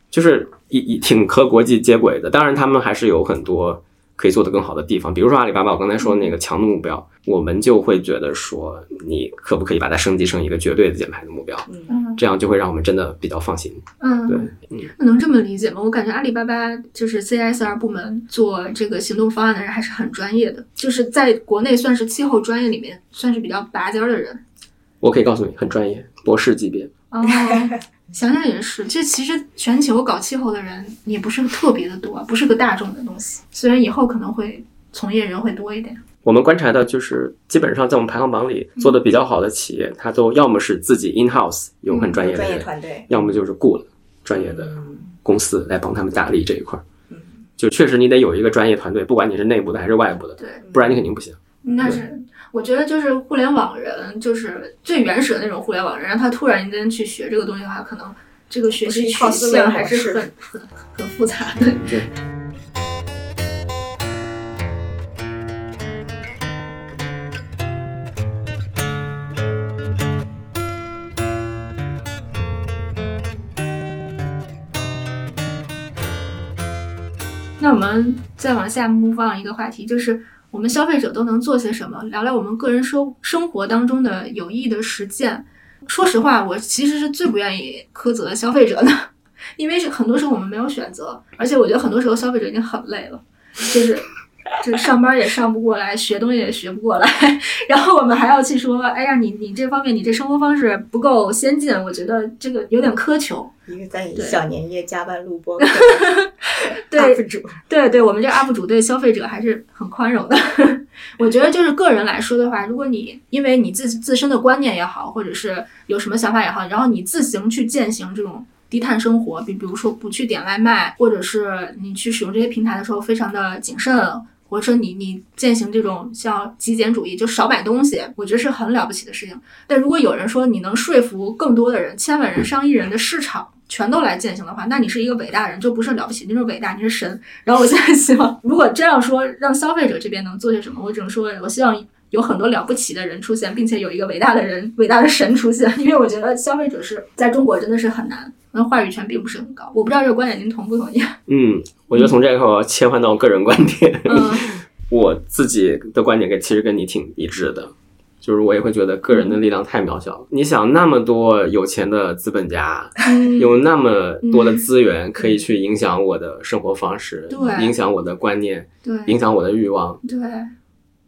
Speaker 4: 就是也也挺和国际接轨的。当然，他们还是有很多可以做得更好的地方，比如说阿里巴巴，我刚才说的那个强度目标，我们就会觉得说，你可不可以把它升级成一个绝对的减排的目标？
Speaker 3: 嗯，
Speaker 2: 嗯
Speaker 4: 这样就会让我们真的比较放心。对
Speaker 2: 嗯，那能这么理解吗？我感觉阿里巴巴就是 CSR 部门做这个行动方案的人还是很专业的，就是在国内算是气候专业里面算是比较拔尖儿的人。
Speaker 4: 我可以告诉你，很专业，博士级别。
Speaker 2: 哦， 想想也是，这其实全球搞气候的人也不是特别的多，不是个大众的东西。虽然以后可能会从业人会多一点，
Speaker 4: 我们观察到，就是基本上在我们排行榜里做的比较好的企业，它都要么是自己 in house 有很专业
Speaker 3: 嗯
Speaker 4: 的
Speaker 3: 专业
Speaker 4: 人，
Speaker 3: 团队，
Speaker 4: 要么就是雇了专业的
Speaker 3: 嗯
Speaker 4: 公司来帮他们打理这一块儿
Speaker 3: 嗯。
Speaker 4: 就确实你得有一个专业团队，不管你是内部的还是外部的，
Speaker 2: 对，
Speaker 4: 不然你肯定不行。
Speaker 2: 那是我觉得就是互联网人，就是最原始的那种互联网人，让他突然间去学这个东西的话，可能这个学习取
Speaker 3: 不是一套思维
Speaker 2: 向还
Speaker 3: 模
Speaker 2: 是
Speaker 3: 式
Speaker 2: 很很很复杂的。
Speaker 4: 对。
Speaker 2: 那我们再往下 move on 一个话题，就是我们消费者都能做些什么？聊聊我们个人生生活当中的有益的实践。说实话，我其实是最不愿意苛责消费者的，因为是很多时候我们没有选择，而且我觉得很多时候消费者已经很累了，就是。这上班也上不过来，学东西也学不过来，然后我们还要去说，哎呀，你你这方面你这生活方式不够先进，我觉得这个有点苛求。
Speaker 3: 一个在
Speaker 2: 对
Speaker 3: 小年夜加班录 播 UP
Speaker 2: 对，
Speaker 3: 主，
Speaker 2: 对对，我们这 UP 主对消费者还是很宽容的。 我觉得就是个人来说的话，如果你因为你自自身的观念也好，或者是有什么想法也好，然后你自行去践行这种低碳生活，比比如说不去点外卖，或者是你去使用这些平台的时候非常的谨慎。或者说你你践行这种像极简主义，就少买东西，我觉得是很了不起的事情。但如果有人说你能说服更多的人，千万人、上亿人的市场全都来践行的话，那你是一个伟大人，就不是了不起，那就是伟大，你是神。然后我现在希望，如果真要说让消费者这边能做些什么，我只能说，我希望有很多了不起的人出现，并且有一个伟大的人、伟大的神出现，因为我觉得消费者是在中国真的是很难，那话语权并不是很高。我不知道这个观点您同不同意？
Speaker 4: 嗯，我觉得从这一块我要切换到个人观点。
Speaker 2: 嗯
Speaker 4: 我自己的观点跟其实跟你挺一致的，就是我也会觉得个人的力量太渺小了。你想，那么多有钱的资本家，
Speaker 2: 嗯
Speaker 4: 有那么多的资源可以去影响我的生活方式，
Speaker 2: 嗯对
Speaker 4: 影响我的观念，
Speaker 2: 对
Speaker 4: 影响我的欲望。
Speaker 2: 对，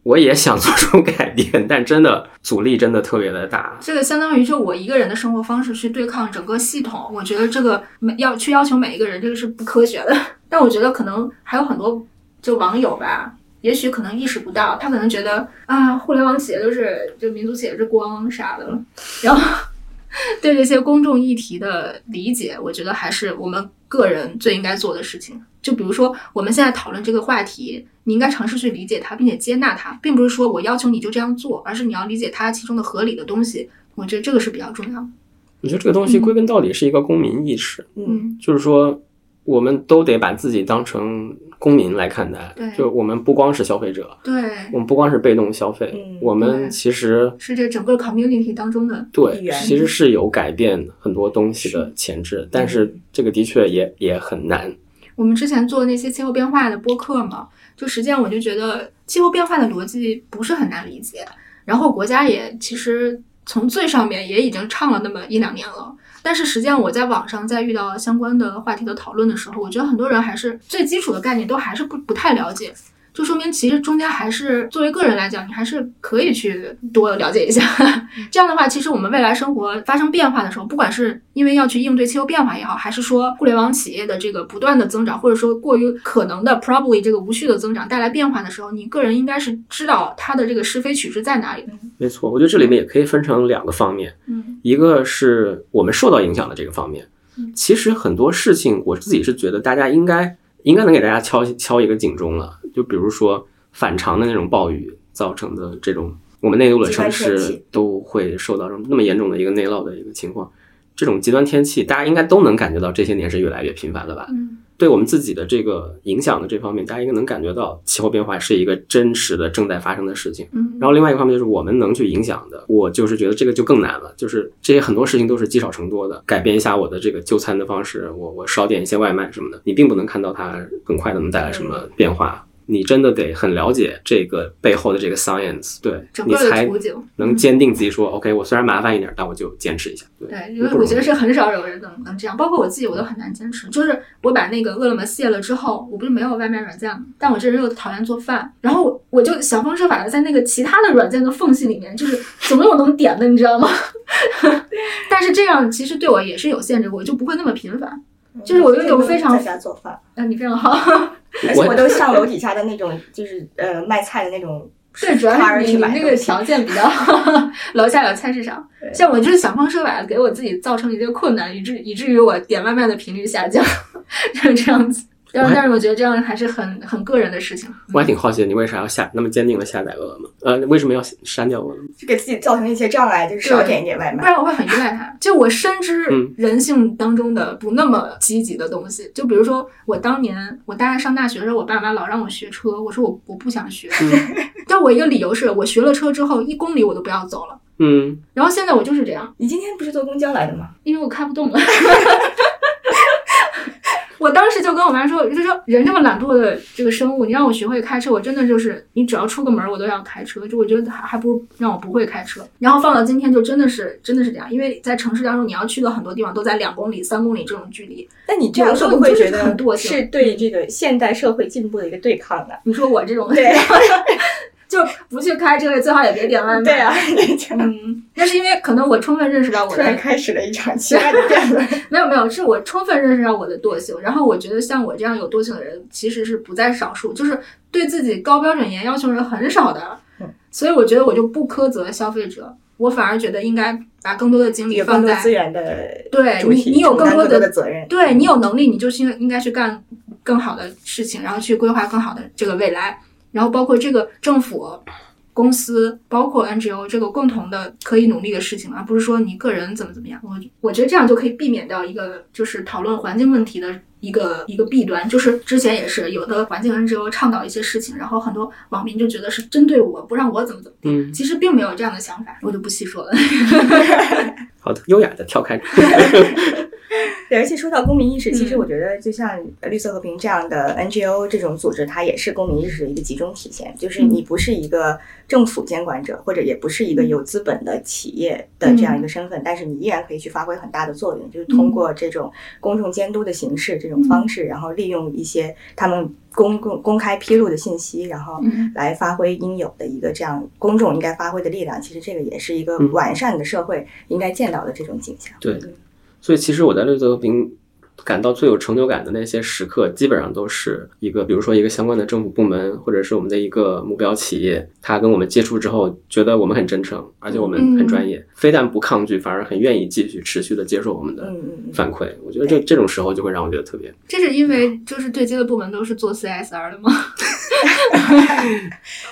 Speaker 4: 我也想做出改变，但真的阻力真的特别的大。
Speaker 2: 这个相当于就我一个人的生活方式去对抗整个系统，我觉得这个每要去要求每一个人，这个是不科学的。 但我觉得可能还有很多就网友吧，也许可能意识不到，他可能觉得啊，互联网企业就是就民族企业之光啥的，然后 对这些公众议题的理解，我觉得还是我们个人最应该做的事情。就比如说我们现在讨论这个话题，你应该尝试去理解它，并且接纳它，并不是说我要求你就这样做，而是你要理解它其中的合理的东西。我觉得这个是比较重要的。
Speaker 4: 我觉得这个东西归根到底是一个公民意识，
Speaker 3: 嗯
Speaker 2: 嗯，
Speaker 4: 就是说我们都得把自己当成公民来看待
Speaker 2: 对，
Speaker 4: 就我们不光是消费者，
Speaker 2: 对，
Speaker 4: 我们不光是被动消费，
Speaker 3: 嗯
Speaker 4: 我
Speaker 2: 对
Speaker 4: 们其实
Speaker 2: 是这整个 community 当中的
Speaker 3: 一嗯
Speaker 4: 对
Speaker 3: 员
Speaker 4: 其实是有改变很多东西的潜质，但是
Speaker 3: 嗯
Speaker 4: 这个的确也也很难。
Speaker 2: 我们之前做那些气候变化的播客嘛，就实际上我就觉得气候变化的逻辑不是很难理解。然后国家也其实从最上面也已经唱了那么一两年了，但是实际上我在网上在遇到相关的话题的讨论的时候，我觉得很多人还是最基础的概念都还是不不太了解。就说明其实中间还是作为个人来讲，你还是可以去多了解一下。这样的话，其实我们未来生活发生变化的时候，不管是因为要去应对气候变化也好，还是说互联网企业的这个不断的增长，或者说过于可能的 probably 这个无序的增长带来变化的时候，你个人应该是知道它的这个是非曲直在哪里的。
Speaker 4: 没错，我觉得这里面也可以分成两个方面，
Speaker 2: 嗯
Speaker 4: 一个是我们受到影响的这个方面
Speaker 2: 嗯。
Speaker 4: 其实很多事情，我自己是觉得大家应该应该能给大家敲敲一个警钟了。就比如说反常的那种暴雨造成的这种，我们内陆的城
Speaker 3: 极端天
Speaker 4: 市
Speaker 3: 气
Speaker 4: 都会受到那么严重的一个内涝的一个情况。这种极端天气，大家应该都能感觉到，这些年是越来越频繁了吧？
Speaker 2: 嗯，
Speaker 4: 对我们自己的这个影响的这方面，大家应该能感觉到气候变化是一个真实的正在发生的事情。
Speaker 2: 嗯
Speaker 4: 然后另外一个方面就是我们能去影响的，我就是觉得这个就更难了，就是这些很多事情都是积少成多的，改变一下我的这个就餐的方式，我我少点一些外卖什么的，你并不能看到它很快的能带来什么变化。你真的得很了解这个背后的这个 science，对
Speaker 2: 整
Speaker 4: 你
Speaker 2: 个的
Speaker 4: 才
Speaker 2: 图景
Speaker 4: 能坚定自己说、o k 我虽然麻烦一点，但我就坚持一下。对，
Speaker 2: 对，因为我觉得是很少有人能能这样，包括我自己，我都很难坚持。就是我把那个饿了么卸了之后，我不是没有外卖软件吗？但我这人又讨厌做饭，然后我我就想方设法的在那个其他的软件的缝隙里面，就是总有能点的，你知道吗？ 但是这样其实对我也是有限制，我就不会那么频繁。
Speaker 3: 嗯
Speaker 2: 就是我有一种非常
Speaker 3: 在家做饭，
Speaker 2: 那你非常好，
Speaker 3: 而且我都上楼底下的那种，就是呃卖菜的那种
Speaker 2: 对，主要
Speaker 3: 摊
Speaker 2: 是
Speaker 3: 儿
Speaker 2: 你
Speaker 3: 去
Speaker 2: 你
Speaker 3: 买
Speaker 2: 那个
Speaker 3: 东西
Speaker 2: 条件比较 好，楼下有菜市场。
Speaker 3: 对
Speaker 2: 像我就是想方设法地给我自己造成一些困难，以至以至于我点外卖的频率下降，就是这样子。但
Speaker 4: 我
Speaker 2: 是
Speaker 4: 还
Speaker 2: 但是我觉得这样还是很很个人的事情。嗯
Speaker 4: 我还挺好奇你为啥要下那么坚定的下载饿了么？呃，为什么要删掉饿了么？
Speaker 3: 就给自己造成一些障碍，就是少
Speaker 2: 对
Speaker 3: 点一点外
Speaker 2: 不
Speaker 3: 卖。
Speaker 2: 然我会很依赖它。就我深知
Speaker 4: 嗯
Speaker 2: 人性当中的不那么积极的东西，就比如说我当年我大概上大学的时候，我爸妈老让我学车，我说我我不想学，
Speaker 4: 嗯
Speaker 2: 但我一个理由是我学了车之后一公里我都不要走了。
Speaker 4: 嗯，
Speaker 2: 然后现在我就是这样，
Speaker 3: 你今天不是坐公交来的吗？
Speaker 2: 因为我开不动了。 我当时就跟我妈说，就说人这么懒惰的这个生物，你让我学会开车，我真的就是你只要出个门儿我都要开车，就我觉得还还不如让我不会开车。然后放到今天，就真的是真的是这样，因为在城市当中，你要去的很多地方都在两公里、三公里这种距离。
Speaker 3: 那你这样
Speaker 2: 有时
Speaker 3: 会
Speaker 2: 候
Speaker 3: 不会
Speaker 2: 你就是
Speaker 3: 觉得
Speaker 2: 很惰性
Speaker 3: 是对这个现代社会进步的一个对抗呢？
Speaker 2: 你说我这种
Speaker 3: 对
Speaker 2: 就 不去开车，最好也别点外卖。
Speaker 3: 对啊，你这 样
Speaker 2: 嗯，那是因为可能我充分认识到我
Speaker 3: 突
Speaker 2: 的
Speaker 3: 然开始了一场奇怪的辩 论。
Speaker 2: 没有没有，是我充分认识到我的惰性，然后我觉得像我这样有惰性的人其实是不在少数，就是对自己高标准严要求人很少的
Speaker 3: 嗯，
Speaker 2: 所以我觉得我就不苛责消费者，我反而觉得应该把更多的精力
Speaker 3: 有更
Speaker 2: 放
Speaker 3: 多
Speaker 2: 在
Speaker 3: 资源的
Speaker 2: 对
Speaker 3: 主
Speaker 2: 你
Speaker 3: 体
Speaker 2: 你有
Speaker 3: 承担
Speaker 2: 更多
Speaker 3: 多
Speaker 2: 的
Speaker 3: 责任。
Speaker 2: 对你有能力，你就是应应该去干更好的事情，然后去规划更好的这个未来，然后包括这个政府、公司，包括 NGO 这个共同的可以努力的事情，而不是说你个人怎么怎么样。我我觉得这样就可以避免掉一个就是讨论环境问题的。一个一个弊端就是之前也是有的环境 NGO 倡导一些事情，然后很多网民就觉得是针对我，不让我怎么怎么，
Speaker 4: 嗯，
Speaker 2: 其实并没有这样的想法，我就不细说了。
Speaker 4: 好的，优雅的跳开。
Speaker 3: 对，而且说到公民意识，其实
Speaker 2: 嗯
Speaker 3: 我觉得就像绿色和平这样的 NGO 这种组织，它也是公民意识的一个集中体现。就是
Speaker 2: 嗯
Speaker 3: 你不是一个政府监管者，或者也不是一个有资本的企业的这样一个身份，但是你依然可以去发挥很大的作用，就是通过这种公众监督的形式这种方式，然后利用一些他们公共公开披露的信息，然后
Speaker 2: 嗯
Speaker 3: 来发挥应有的一个这样公众应该发挥的力量。其实这个也是一个
Speaker 4: 嗯
Speaker 3: 完善的社会应该见到的这种景象。
Speaker 4: 对
Speaker 3: 嗯
Speaker 4: 所以其实我在绿色和平感到最有成就感的那些时刻，基本上都是一个，比如说一个相关的政府部门，或者是我们的一个目标企业，他跟我们接触之后，觉得我们很真诚，而且我们很专
Speaker 2: 嗯
Speaker 4: 业，非但不抗拒，反而很愿意继续持续的接受我们的
Speaker 3: 嗯嗯嗯。
Speaker 4: 反馈。我觉得这这种时候就会让我觉得特别
Speaker 2: 这是因为就是对接的部门都是做 CSR 的吗？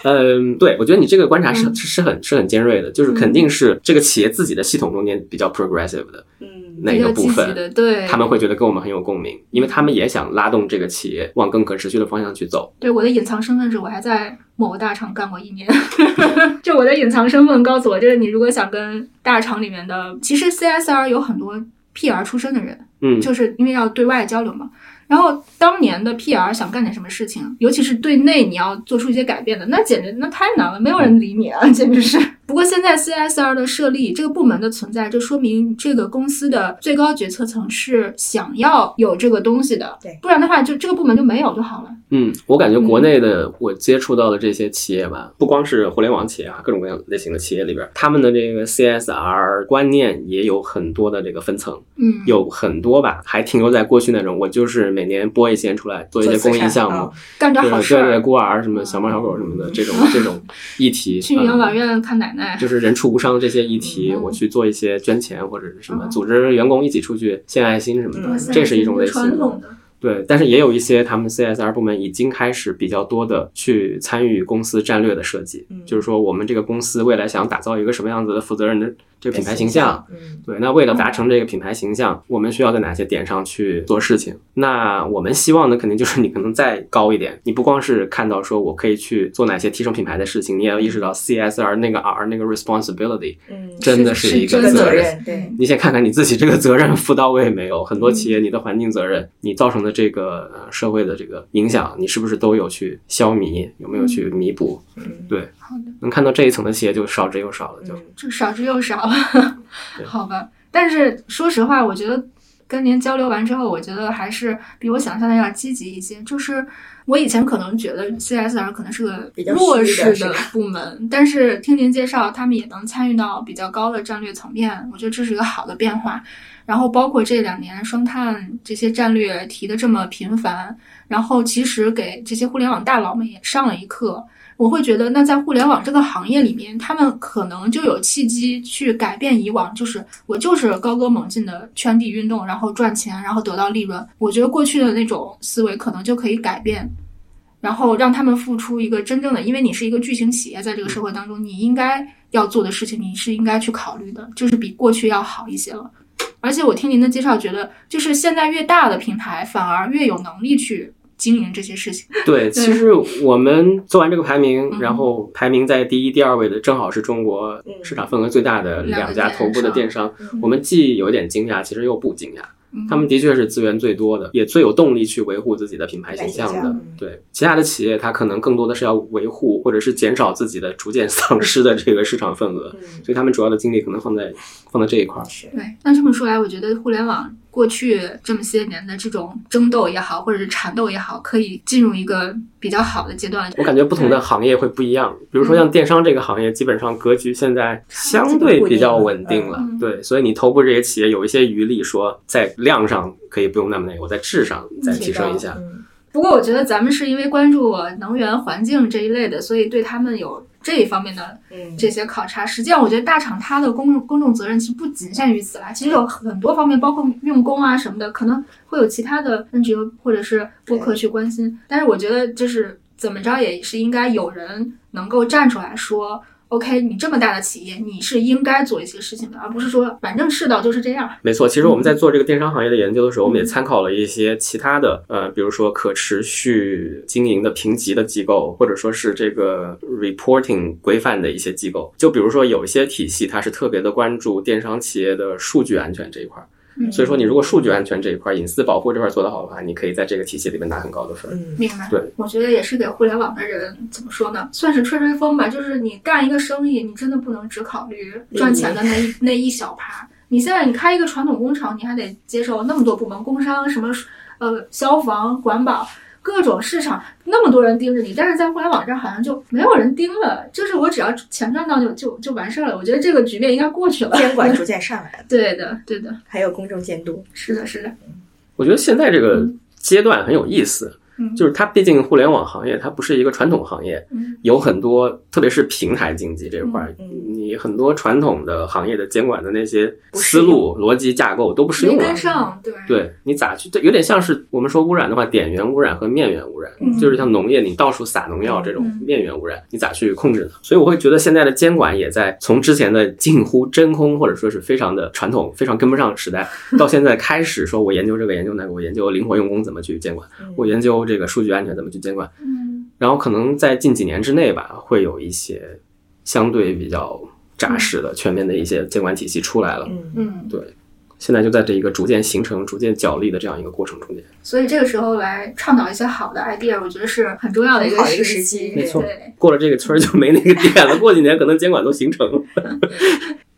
Speaker 4: 嗯，对，我觉得你这个观察是、
Speaker 2: 嗯
Speaker 4: 是是很是很尖锐的，就是肯定是这个企业自己的系统中间比较 progressive 的
Speaker 3: 嗯
Speaker 4: 那一个
Speaker 2: 比较
Speaker 4: 部
Speaker 2: 积极
Speaker 4: 分，
Speaker 2: 的对
Speaker 4: 他们会觉得跟我们很有共鸣，因为他们也想拉动这个企业往更可持续的方向去走。
Speaker 2: 对，我的隐藏身份是我还在某个大厂干过一年， 就我的隐藏身份告诉我，就是你如果想跟大厂里面的，其实 CSR 有很多 PR 出身的人，
Speaker 4: 嗯，
Speaker 2: 就是因为要对外交流嘛。然后当年的 PR 想干点什么事情，尤其是对内你要做出一些改变的，那简直那太难了，没有人理你啊，简直是。不过现在 CSR 的设立，这个部门的存在，就说明这个公司的最高决策层是想要有这个东西的，
Speaker 3: 对
Speaker 2: 不然的话就这个部门就没有就好了。
Speaker 4: 嗯，我感觉国内的我接触到的这些企业
Speaker 2: 嗯
Speaker 4: 吧，不光是互联网企业啊，各种各样类型的企业里边，他们的这个 CSR 观念也有很多的这个分层，
Speaker 2: 嗯，
Speaker 4: 有很多吧，还停留在过去那种，我就是每年拨一些出来做一些
Speaker 3: 做慈
Speaker 4: 公益
Speaker 3: 善
Speaker 4: 项目
Speaker 3: 啊，
Speaker 2: 干点
Speaker 4: 对
Speaker 2: 好
Speaker 4: 对
Speaker 2: 事
Speaker 4: 对，
Speaker 2: 儿，嗯
Speaker 4: 孤儿什么小猫小狗什么 的这种这种议题，
Speaker 2: 去
Speaker 4: 嗯
Speaker 2: 养老院看奶奶。
Speaker 4: 就是人畜无伤这些议题，
Speaker 2: 嗯
Speaker 4: 我去做一些捐钱或者是什么，
Speaker 2: 嗯
Speaker 4: 组织员工一起出去献爱心什么
Speaker 2: 哇
Speaker 4: 的，
Speaker 2: 塞
Speaker 4: 嗯这是一种类型
Speaker 2: 传统
Speaker 4: 的。
Speaker 2: 的，
Speaker 4: 对，但是也有一些他们 CSR 部门已经开始比较多的去参与公司战略的设计，
Speaker 3: 嗯
Speaker 4: 就是说我们这个公司未来想打造一个什么样子的负责任的这个品牌形象，，
Speaker 3: 嗯，
Speaker 4: 对，那为了达成这个品牌形象，我们需要在哪些点上去做事情？那我们希望的肯定就是你可能再高一点，你不光是看到说我可以去做哪些提升品牌的事情，你也要意识到 CSR 那个 R 那个 responsibility
Speaker 3: 嗯，
Speaker 4: 真的
Speaker 2: 是
Speaker 4: 是一
Speaker 2: 是
Speaker 4: 个
Speaker 2: 真的
Speaker 4: 责
Speaker 3: 责
Speaker 4: 任。
Speaker 3: 任，对，
Speaker 4: 你先看看你自己这个责任负到位没有？很多企业，你的环境责任，你造成的这个呃社会的这个影响，你是不是都有去消弭？有没有去弥补？
Speaker 3: 嗯
Speaker 4: 对，
Speaker 2: 好的，
Speaker 4: 能看到这一层的企业就少之又少了，就
Speaker 3: 嗯
Speaker 2: 这少之又少，
Speaker 4: 对
Speaker 2: 好吧。但是说实话，我觉得跟您交流完之后，我觉得还是比我想象的要积极一些。就是我以前可能觉得 CSR 可能是个
Speaker 3: 比较
Speaker 2: 弱
Speaker 3: 虚
Speaker 2: 势
Speaker 3: 的是
Speaker 2: 的
Speaker 3: 吧
Speaker 2: 部门，但是听您介绍，他们也能参与到比较高的战略层面，我觉得这是一个好的变化。然后包括这两年双碳这些战略提的这么频繁，然后其实给这些互联网大佬们也上了一课。我会觉得，那在互联网这个行业里面，他们可能就有契机去改变以往，就是我就是高歌猛进的圈地运动，然后赚钱，然后得到利润。我觉得过去的那种思维可能就可以改变，然后让他们付出一个真正的，因为你是一个巨型企业，在这个社会当中，你应该要做的事情，你是应该去考虑的，就是比过去要好一些了。而且我听您的介绍，觉得就是现在越大的平台，反而越有能力去经营这些事情。
Speaker 4: 对，其实我们做完这个排名，
Speaker 2: 嗯
Speaker 4: 然后排名在第一、第二位的正好是中国
Speaker 3: 嗯
Speaker 4: 市场份额最大的两家头部的电商
Speaker 3: 嗯。
Speaker 4: 我们既有点惊讶，其实又不惊讶。
Speaker 2: 嗯
Speaker 4: 他们的确是资源最多的，也最有动力去维护自己的品牌形象
Speaker 3: 品牌
Speaker 4: 的
Speaker 3: 形象。
Speaker 4: 对，其他的企业，它可能更多的是要维护或者是减少自己的逐渐 丧失的这个市场份额，
Speaker 3: 嗯
Speaker 4: 所以他们主要的精力可能放在放在这一块儿。
Speaker 3: 是，
Speaker 2: 对，那这么说来，我觉得互联网过去这么些年的这种争斗也好，或者是缠斗也好，可以进入一个比较好的阶段。
Speaker 4: 我感觉不同的行业会不一样，比如说像电商这个行业，基本上格局现在相对比较稳定了
Speaker 2: 嗯，
Speaker 4: 对，所以你头部这些企业有一些余力，说在量上可以不用那么那个，我在质上再提升一下。
Speaker 3: 嗯
Speaker 2: 不过我觉得咱们是因为关注能源、环境这一类的，所以对他们有这一方面的
Speaker 3: 嗯，
Speaker 2: 这些考察。实际上，我觉得大厂它的公公众责任其实不仅限于此啦，其实有很多方面，包括用工啊什么的，可能会有其他的 NGO 或者是播客去关心。但是我觉得，就是怎么着也是应该有人能够站出来说。OK，你这么大的企业，你是应该做一些事情的，而不是说反正世道就是这样。
Speaker 4: 没错，其实我们在做这个电商行业的研究的时候，我们也参考了一些其他的，呃，比如说可持续经营的评级的机构，或者说是这个 reporting 规范的一些机构。就比如说有一些体系，它是特别的关注电商企业的数据安全这一块儿。
Speaker 2: 嗯
Speaker 4: 所以说，你如果数据安全这一块、隐私保护这块做得好的话，你可以在这个体系里面拿很高的分。
Speaker 5: 嗯
Speaker 2: 明白，
Speaker 4: 对，
Speaker 2: 我觉得也是给互联网的人怎么说呢，算是吹吹风吧。就是你干一个生意，你真的不能只考虑赚钱的那一、那一小趴。你现在你开一个传统工程，你还得接受那么多部门，工商什么呃消防、管保各种市场，那么多人盯着你。但是在互联网上好像就没有人盯了，就是我只要钱赚到就就就完事儿了。我觉得这个局面应该过去了。
Speaker 3: 监管逐渐上来了，
Speaker 2: 对的，对的，
Speaker 3: 还有公众监督。
Speaker 2: 是的，是的，
Speaker 4: 我觉得现在这个阶段很有意思，
Speaker 2: 嗯
Speaker 4: 就是它毕竟互联网行业它不是一个传统行业，
Speaker 2: 嗯
Speaker 4: 有很多特别是平台经济这块儿，
Speaker 3: 嗯
Speaker 4: 你很多传统的行业的监管的那些
Speaker 3: 不适
Speaker 4: 思路、逻辑架构都不适
Speaker 2: 没
Speaker 4: 用啊了
Speaker 2: 跟。上，对，
Speaker 4: 对你咋去？这有点像是我们说污染的话，点源污染和面源污染，
Speaker 2: 嗯
Speaker 4: 就是像农业你到处撒农药这种
Speaker 2: 嗯
Speaker 4: 面源污染，你咋去控制呢？所以我会觉得现在的监管也在从之前的近乎真空或者说是非常的传统、非常跟不上时代，到现在开始说我研究这个研究那个，我研究灵活用工怎么去监管，
Speaker 3: 嗯
Speaker 4: 我研究这个数据安全怎么去监管，
Speaker 2: 嗯
Speaker 4: 然后可能在近几年之内吧，会有一些相对比较扎实的、全面的一些监管体系出来了。
Speaker 3: 嗯，
Speaker 2: 嗯。
Speaker 4: 现在就在这一个逐渐形成、逐渐角力的这样一个过程中间。
Speaker 2: 所以这个时候来倡导一些好的 idea，我觉得是很重要的一个
Speaker 3: 很好的一个
Speaker 2: 时
Speaker 3: 时机
Speaker 4: 没错
Speaker 2: 对，
Speaker 4: 过了这个村儿就没那个店了，过几年可能监管都形成了。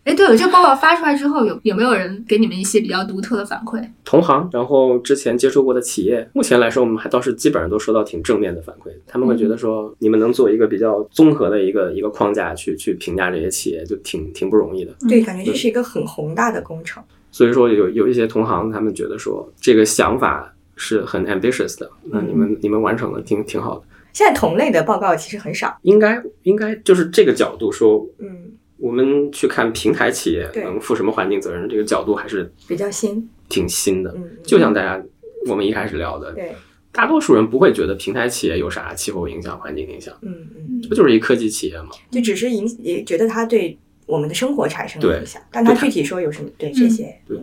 Speaker 2: 哎，对了，这个报告发出来之后，有有没有人给你们一些比较独特的反馈？
Speaker 4: 同行，然后之前接触过的企业，目前来说我们还倒是基本上都收到挺正面的反馈，他们会觉
Speaker 3: 嗯
Speaker 4: 得说你们能做一个比较综合的一个一个框架去去评价这些企业，就挺挺不容易的。
Speaker 2: 嗯
Speaker 3: 对，感觉这是一个很宏大的工程。
Speaker 4: 所以说有有一些同行他们觉得说这个想法是很 ambitious 的，那你
Speaker 3: 嗯
Speaker 4: 们你们完成了挺挺好的，
Speaker 3: 现在同类的报告其实很少。
Speaker 4: 应该应该就是这个角度说，
Speaker 3: 嗯，
Speaker 4: 我们去看平台企业
Speaker 3: 对
Speaker 4: 能负什么环境责任这个角度还是
Speaker 3: 比较新。
Speaker 4: 挺新的，
Speaker 3: 嗯，
Speaker 4: 就像大家我们一开始聊的，
Speaker 3: 对，
Speaker 4: 大多数人不会觉得平台企业有啥气候影响、环境影响，
Speaker 3: 嗯嗯，
Speaker 2: 嗯
Speaker 4: 这不就是一科技企业吗？
Speaker 3: 就只是影也觉得它对我们的生活产生了影响，但它具体说有什么
Speaker 2: 嗯
Speaker 3: 对这些，
Speaker 4: 对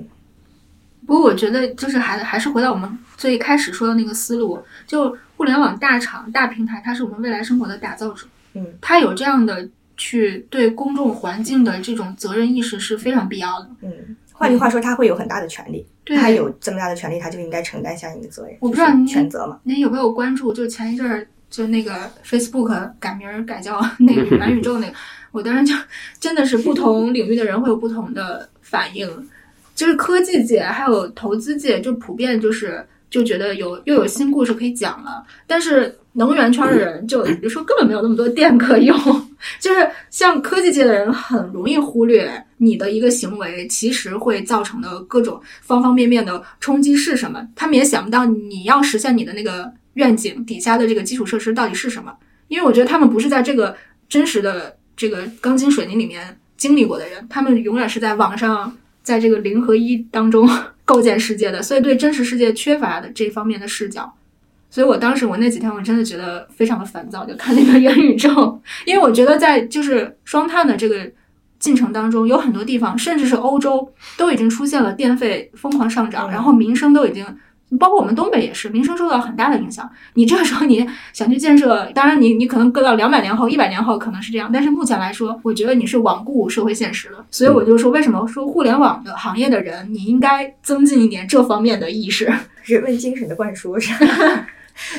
Speaker 2: 不过我觉得就是还还是回到我们最开始说的那个思路，就互联网大厂、大平台，它是我们未来生活的打造者，
Speaker 3: 嗯
Speaker 2: 它有这样的去对公众环境的这种责任意识是非常必要的。
Speaker 3: 嗯。换句话说，它会有很大的权利，
Speaker 2: 对，
Speaker 3: 它有这么大的权利，它就应该承担相应的责任。
Speaker 2: 我不知道
Speaker 3: 就是
Speaker 2: 你
Speaker 3: 权责嘛，
Speaker 2: 您有没有关注？就前一阵儿，就那个 Facebook 改名儿改叫 那个元宇宙那个，我当时就真的是不同领域的人会有不同的反应，就是科技界还有投资界，就普遍就是就觉得有又有新故事可以讲了，但是能源圈的人就比如说根本没有那么多电可用，就是像科技界的人很容易忽略你的一个行为其实会造成的各种方方面面的冲击是什么，他们也想不到你要实现你的那个愿景底下的这个基础设施到底是什么，因为我觉得他们不是在这个真实的这个钢筋水泥里面经历过的人，他们永远是在网上在这个零和一当中 构建世界的，所以对真实世界缺乏的这方面的视角。所以我当时我那几天我真的觉得非常的烦躁，就看那个元宇宙，因为我觉得在就是双碳的这个进程当中，有很多地方，甚至是欧洲都已经出现了电费疯狂上涨，
Speaker 3: 嗯
Speaker 2: 然后民生都已经。包括我们东北也是，民生受到很大的影响。你这个时候你想去建设，当然你你可能搁到两百年后、一百年后可能是这样，但是目前来说，我觉得你是罔顾社会现实了。所以我就说，为什么说互联网的行业的人，你应该增进一点这方面的意识。
Speaker 3: 人文精神的灌输是吧。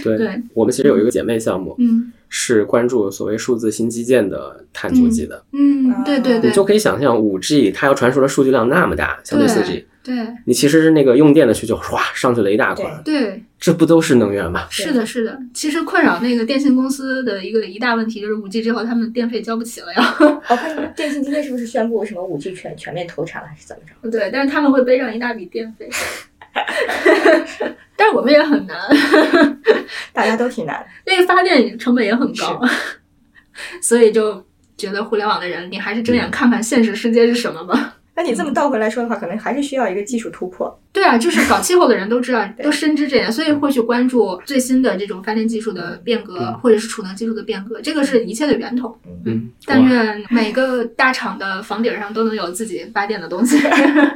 Speaker 4: 对
Speaker 2: 对，
Speaker 4: 我们其实有一个姐妹项目，
Speaker 2: 嗯
Speaker 4: 是关注所谓数字新基建的碳足迹的。
Speaker 2: 嗯，对对对
Speaker 4: 你就可以想象，五 G 它要传输的数据量那么大，相对四 G，
Speaker 2: 对
Speaker 4: 你其实是那个用电的需求哗上去了一大块
Speaker 3: 对
Speaker 4: 儿，
Speaker 2: 对，
Speaker 4: 这不都是能源吗？
Speaker 2: 是的，是的。其实困扰那个电信公司的一个一大问题就是五 G 之后他们电费交不起了呀。
Speaker 3: 我看哦电信今天是不是宣布什么五 G 全全面投产了，还是怎么着？
Speaker 2: 对，但是他们会背上一大笔电费。 但是我们也很难，
Speaker 3: 大家都挺难的。
Speaker 2: 那个发电成本也很高， 所以就觉得互联网的人，你还是睁眼看看现实世界是什么吧。
Speaker 3: 那你这么倒回来说的话，可能还是需要一个技术突破。
Speaker 2: 对啊，就是搞气候的人都知道，
Speaker 3: 对
Speaker 2: 都深知这点，所以会去关注最新的这种发电技术的变革，或者是储能技术的变革，这个是一切的源头。
Speaker 4: 嗯，
Speaker 2: 但
Speaker 4: 哇
Speaker 2: 愿每个大厂的房顶上都能有自己发电的东西。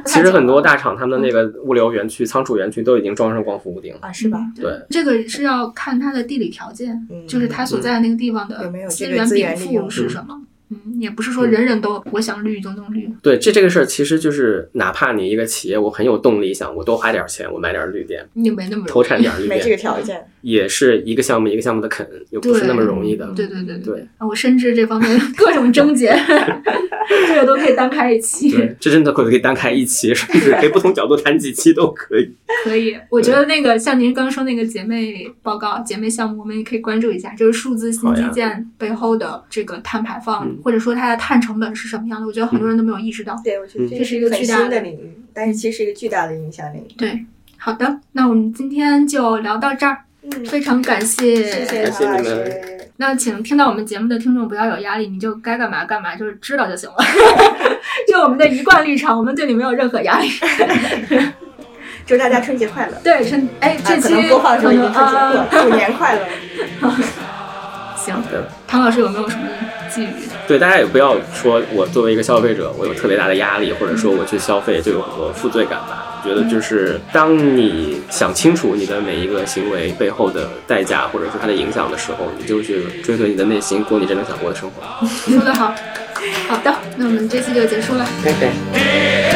Speaker 4: 其实很多大厂他们的那个物流园区、仓储园区都已经装上光伏屋顶了。
Speaker 3: 啊， 是吧？
Speaker 4: 对，
Speaker 2: 这个是要看它的地理条件，
Speaker 3: 嗯
Speaker 2: 就是它所在的那个地方的
Speaker 3: 有没有这
Speaker 2: 资
Speaker 3: 个
Speaker 2: 源
Speaker 3: 资
Speaker 2: 禀
Speaker 3: 源利
Speaker 2: 赋
Speaker 3: 用
Speaker 2: 是什么。嗯，也不是说人人都我想绿就能绿。
Speaker 4: 对，这这个事儿其实就是，哪怕你一个企业，我很有动力想我多花点钱，我买点绿电，
Speaker 2: 也没那么容易
Speaker 4: 投产点绿
Speaker 3: 没这
Speaker 4: 电，
Speaker 3: 个条件。
Speaker 4: 也是一个项目一个项目的啃，又不是那么容易的。
Speaker 2: 对对对对
Speaker 4: 对
Speaker 2: 啊我深知这方面 各种症结，这个都可以单开一期。
Speaker 4: 对，嗯这真的可以单开一期，甚至可以不同角度谈几期都可以。
Speaker 2: 可以，我觉得那个像您刚说那个姐妹报告、姐妹项目，我们也可以关注一下，就是数字新
Speaker 4: 好
Speaker 2: 基
Speaker 4: 呀
Speaker 2: 建背后的这个碳排放，
Speaker 4: 嗯
Speaker 2: 或者说它的碳成本是什么样的。我觉得很多人都没有意识到。
Speaker 3: 对，我觉得
Speaker 4: 嗯
Speaker 3: 这
Speaker 2: 这是一个
Speaker 3: 很
Speaker 2: 巨大
Speaker 3: 新
Speaker 2: 的
Speaker 3: 的领域，但是其实是一个巨大的影响领域。
Speaker 2: 对，好的，那我们今天就聊到这儿，
Speaker 3: 嗯，
Speaker 2: 非常感谢。
Speaker 3: 谢谢
Speaker 4: 感谢
Speaker 3: 唐老
Speaker 4: 你们
Speaker 3: 师。
Speaker 2: 那请听到我们节目的听众不要有压力，你就该干嘛干嘛，就是知道就行 了。就我们的一贯立场，我们对你没有任何压力。
Speaker 3: 祝大家春节快乐！
Speaker 2: 对，春哎，这
Speaker 3: 啊可
Speaker 2: 期
Speaker 3: 能播放的时候已经
Speaker 2: 可
Speaker 3: 春
Speaker 2: 能
Speaker 3: 节过了
Speaker 2: 啊，
Speaker 3: 虎年快乐！
Speaker 2: 行
Speaker 4: 对，
Speaker 2: 唐老师有没有什么寄语？
Speaker 4: 对，大家也不要说我作为一个消费者，我有特别大的压力，或者说我去消费就有很多负罪感吧。我觉得
Speaker 3: 嗯
Speaker 4: 就是当你想清楚你的每一个行为背后的代价，或者说它的影响的时候，你就去追随你的内心，过你真正想过的生活。
Speaker 2: 说得好，好的，那我们这期就结束了。
Speaker 4: 拜拜。
Speaker 1: Det